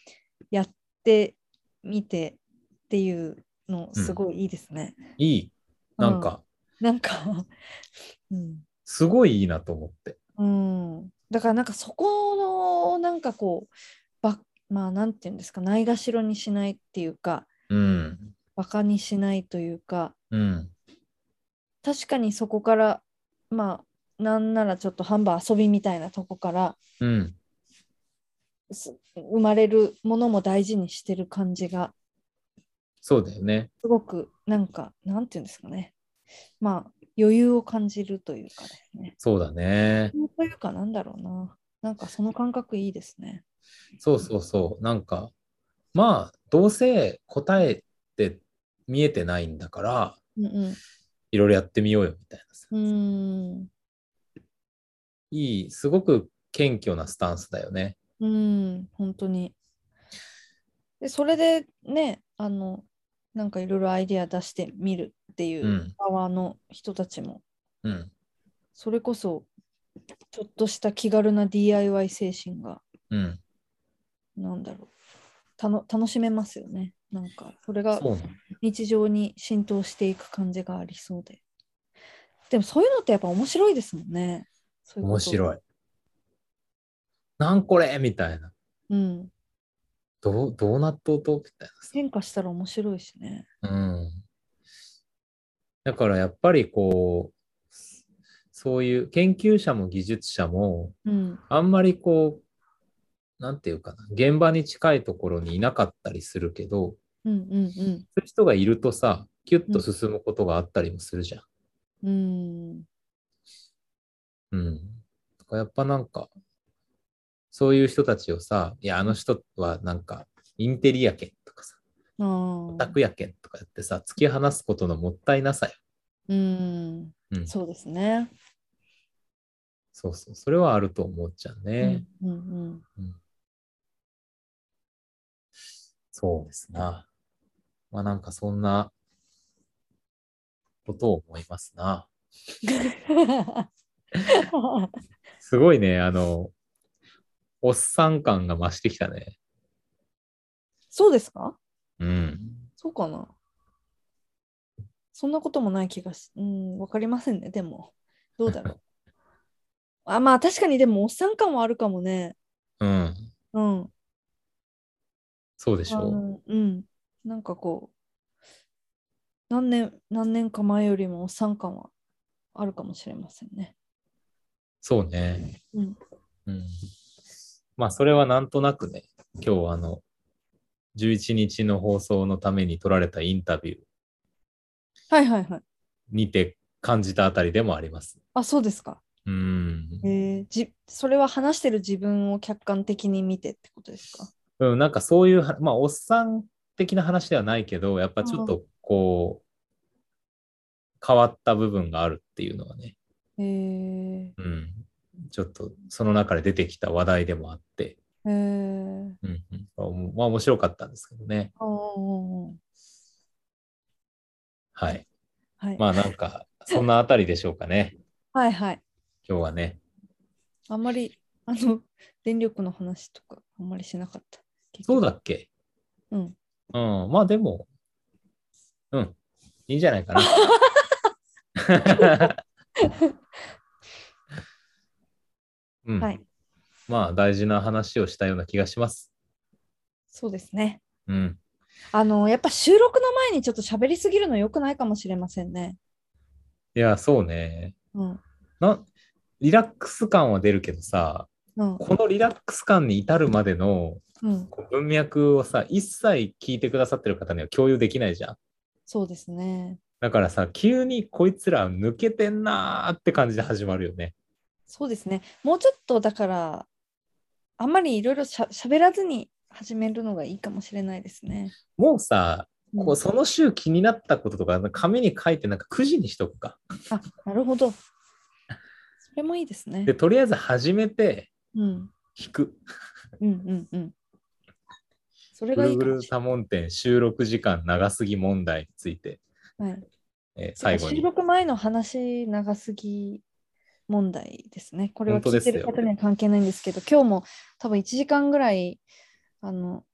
[SPEAKER 2] やってみてっていうの、すごいいいですね。
[SPEAKER 1] いい。なんか、
[SPEAKER 2] なんか、 うん。
[SPEAKER 1] すごいいいなと思って。
[SPEAKER 2] うん、だからなんかそこのなんかこうばまあなんていうんですかないがしろにしないっていうか
[SPEAKER 1] うん。
[SPEAKER 2] バカにしないというか
[SPEAKER 1] うん。
[SPEAKER 2] 確かにそこからまあなんならちょっとハンバー遊びみたいなとこから
[SPEAKER 1] うん。
[SPEAKER 2] す生まれるものも大事にしてる感じが
[SPEAKER 1] そうだよね。
[SPEAKER 2] すごくなんかなんていうんですかねまあ余裕を感じるというかですね
[SPEAKER 1] そうだね。
[SPEAKER 2] というかなんだろうななんかその感覚いいですね。
[SPEAKER 1] そうそうそう。なんか、まあ、どうせ答えって見えてないんだから、
[SPEAKER 2] うんうん
[SPEAKER 1] いろいろやってみようよみたいなさ。
[SPEAKER 2] うーん
[SPEAKER 1] いい、すごく謙虚なスタンスだよね。。
[SPEAKER 2] うん、本当に。で、それでね、あの、なんかいろいろアイディア出してみるっていううん側の人たちも、
[SPEAKER 1] うん。
[SPEAKER 2] それこそ、ちょっとした気軽な DIY 精神が、
[SPEAKER 1] うん。
[SPEAKER 2] なんだろう、たの楽しめますよね。なんか、それが
[SPEAKER 1] そうなの
[SPEAKER 2] 日常に浸透していく感じがありそうで。でも、そういうのってやっぱ面白いですもんね。そういうこと
[SPEAKER 1] 面白い。なんこれみたいな。
[SPEAKER 2] うん。
[SPEAKER 1] どう、どうなっとうとみたいなさ。
[SPEAKER 2] 変化したら面白いしね。
[SPEAKER 1] うんだからやっぱりこう、そういう研究者も技術者も、
[SPEAKER 2] うん。
[SPEAKER 1] あんまりこう、なんていうかな、現場に近いところにいなかったりするけど、
[SPEAKER 2] うんうんうん。
[SPEAKER 1] そういう人がいるとさ、キュッと進むことがあったりもするじゃん。
[SPEAKER 2] うーん、
[SPEAKER 1] うん。だからやっぱなんか、そういう人たちをさ、いや、あの人はなんか、インテリやけんとかさ、
[SPEAKER 2] あ
[SPEAKER 1] オタ
[SPEAKER 2] ー
[SPEAKER 1] クやけんとかやってさ、突き放すことのもったいなさよ。
[SPEAKER 2] うーん、
[SPEAKER 1] うん
[SPEAKER 2] そうですね。
[SPEAKER 1] そうそう、それはあると思っちゃうね。
[SPEAKER 2] うんうんうん、
[SPEAKER 1] そうですな。まあなんかそんなことを思いますな。すごいね、あの、おっさん感が増してきたね。
[SPEAKER 2] そうですか
[SPEAKER 1] うん。
[SPEAKER 2] そうかな。そんなこともない気がし、うん、わかりませんね、でも。どうだ ろう。あまあ、確かにでも、おっさん感はあるかもね。
[SPEAKER 1] うん。
[SPEAKER 2] うん。
[SPEAKER 1] そうでし
[SPEAKER 2] あ
[SPEAKER 1] ょう。
[SPEAKER 2] のうん。なんかこう、何年、何年か前よりもおっさん感はあるかもしれませんね。
[SPEAKER 1] そうね。
[SPEAKER 2] うん。
[SPEAKER 1] うん。まあ、それはなんとなくね、今日あの、11日の放送のために撮られたインタビュー
[SPEAKER 2] はいはいはい。
[SPEAKER 1] にて感じたあたりでもあります。
[SPEAKER 2] あ、そうですか。
[SPEAKER 1] うん。
[SPEAKER 2] えー、じそれは話してる自分を客観的に見てってことですか
[SPEAKER 1] うん、なんかそういうは、まあ、おっさん的な話ではないけど、やっぱちょっとこう、変わった部分があるっていうのはね、
[SPEAKER 2] えー、
[SPEAKER 1] うん、ちょっとその中で出てきた話題でもあって、
[SPEAKER 2] えー、
[SPEAKER 1] うんうんまあおも、まあ面白かったんですけどね。
[SPEAKER 2] あー
[SPEAKER 1] はい。
[SPEAKER 2] はい、
[SPEAKER 1] まあなんか、そんなあたりでしょうかね、
[SPEAKER 2] はいはい。
[SPEAKER 1] 今日はね。
[SPEAKER 2] あんまり、あの、 電力の話とか、あんまりしなかった。結
[SPEAKER 1] そう
[SPEAKER 2] 局
[SPEAKER 1] だっけ
[SPEAKER 2] うん。
[SPEAKER 1] うん、まあでも、うん、いいんじゃないかな。 うん、
[SPEAKER 2] はい。
[SPEAKER 1] まあ大事な話をしたような気がします。
[SPEAKER 2] そうですね。
[SPEAKER 1] うん、
[SPEAKER 2] あの、やっぱ収録の前にちょっと喋りすぎるの良くないかもしれませんね。
[SPEAKER 1] いや、そうね。
[SPEAKER 2] うん。
[SPEAKER 1] なリラックス感は出るけどさ、
[SPEAKER 2] うん。
[SPEAKER 1] このリラックス感に至るまでの
[SPEAKER 2] うん。
[SPEAKER 1] こう文脈をさ、一切聞いてくださってる方には共有できないじゃん。
[SPEAKER 2] そうですね。
[SPEAKER 1] だからさ、急にこいつら抜けてんなーって感じで始まるよね。
[SPEAKER 2] そうですね。もうちょっとだから、あんまりいろいろしゃ喋らずに始めるのがいいかもしれないですね。
[SPEAKER 1] もうさ、
[SPEAKER 2] うん
[SPEAKER 1] こうその週気になったこととか、紙に書いてなんか9時にしとくか。
[SPEAKER 2] あ、なるほど。それもいいですね
[SPEAKER 1] で、。とりあえず始めて、
[SPEAKER 2] うん。
[SPEAKER 1] 引く。
[SPEAKER 2] うんうんうん。それ
[SPEAKER 1] ぐ
[SPEAKER 2] がい
[SPEAKER 1] る
[SPEAKER 2] い
[SPEAKER 1] ぐ
[SPEAKER 2] かも
[SPEAKER 1] る
[SPEAKER 2] しれ
[SPEAKER 1] 多聞店収録時間長すぎ問題について、
[SPEAKER 2] ない。はい
[SPEAKER 1] えー最後
[SPEAKER 2] 収
[SPEAKER 1] に。
[SPEAKER 2] 録前の話長すぎ問題ですね。これは
[SPEAKER 1] 本当
[SPEAKER 2] 聞
[SPEAKER 1] で
[SPEAKER 2] い
[SPEAKER 1] すよ
[SPEAKER 2] てる方には関係ないんですけど、今日も多分1時間ぐらい、あの、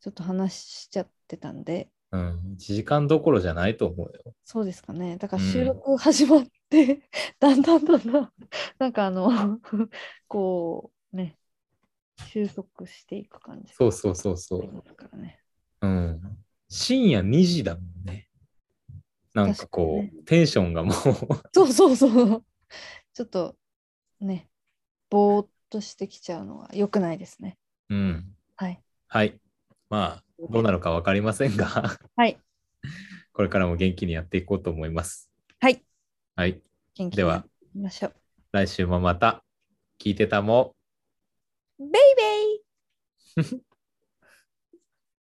[SPEAKER 2] ちょっと話しちゃってたんで、
[SPEAKER 1] うん、1時間どころじゃないと思うよ。
[SPEAKER 2] そうですかね。だから
[SPEAKER 1] うん
[SPEAKER 2] 収録始まって、 だんだんだんだん、なんかあの、 こうね、収束していく感じ
[SPEAKER 1] そうそうそうそ
[SPEAKER 2] あり
[SPEAKER 1] う。
[SPEAKER 2] ますからね。
[SPEAKER 1] うん、深夜2時だもんね。なんかこう、
[SPEAKER 2] 確か
[SPEAKER 1] テンションがもう
[SPEAKER 2] そうそうそう。ちょっとね、ぼーっとしてきちゃうのは良くないですね。
[SPEAKER 1] うん。
[SPEAKER 2] はい。
[SPEAKER 1] はい。まあ、どうなるかわかりませんが、
[SPEAKER 2] はい。
[SPEAKER 1] これからも元気にやっていこうと思います。
[SPEAKER 2] はい。
[SPEAKER 1] はい。
[SPEAKER 2] 元気に
[SPEAKER 1] では、
[SPEAKER 2] いきましょう。
[SPEAKER 1] 来週もまた、聞いてたも。
[SPEAKER 2] ベイベイ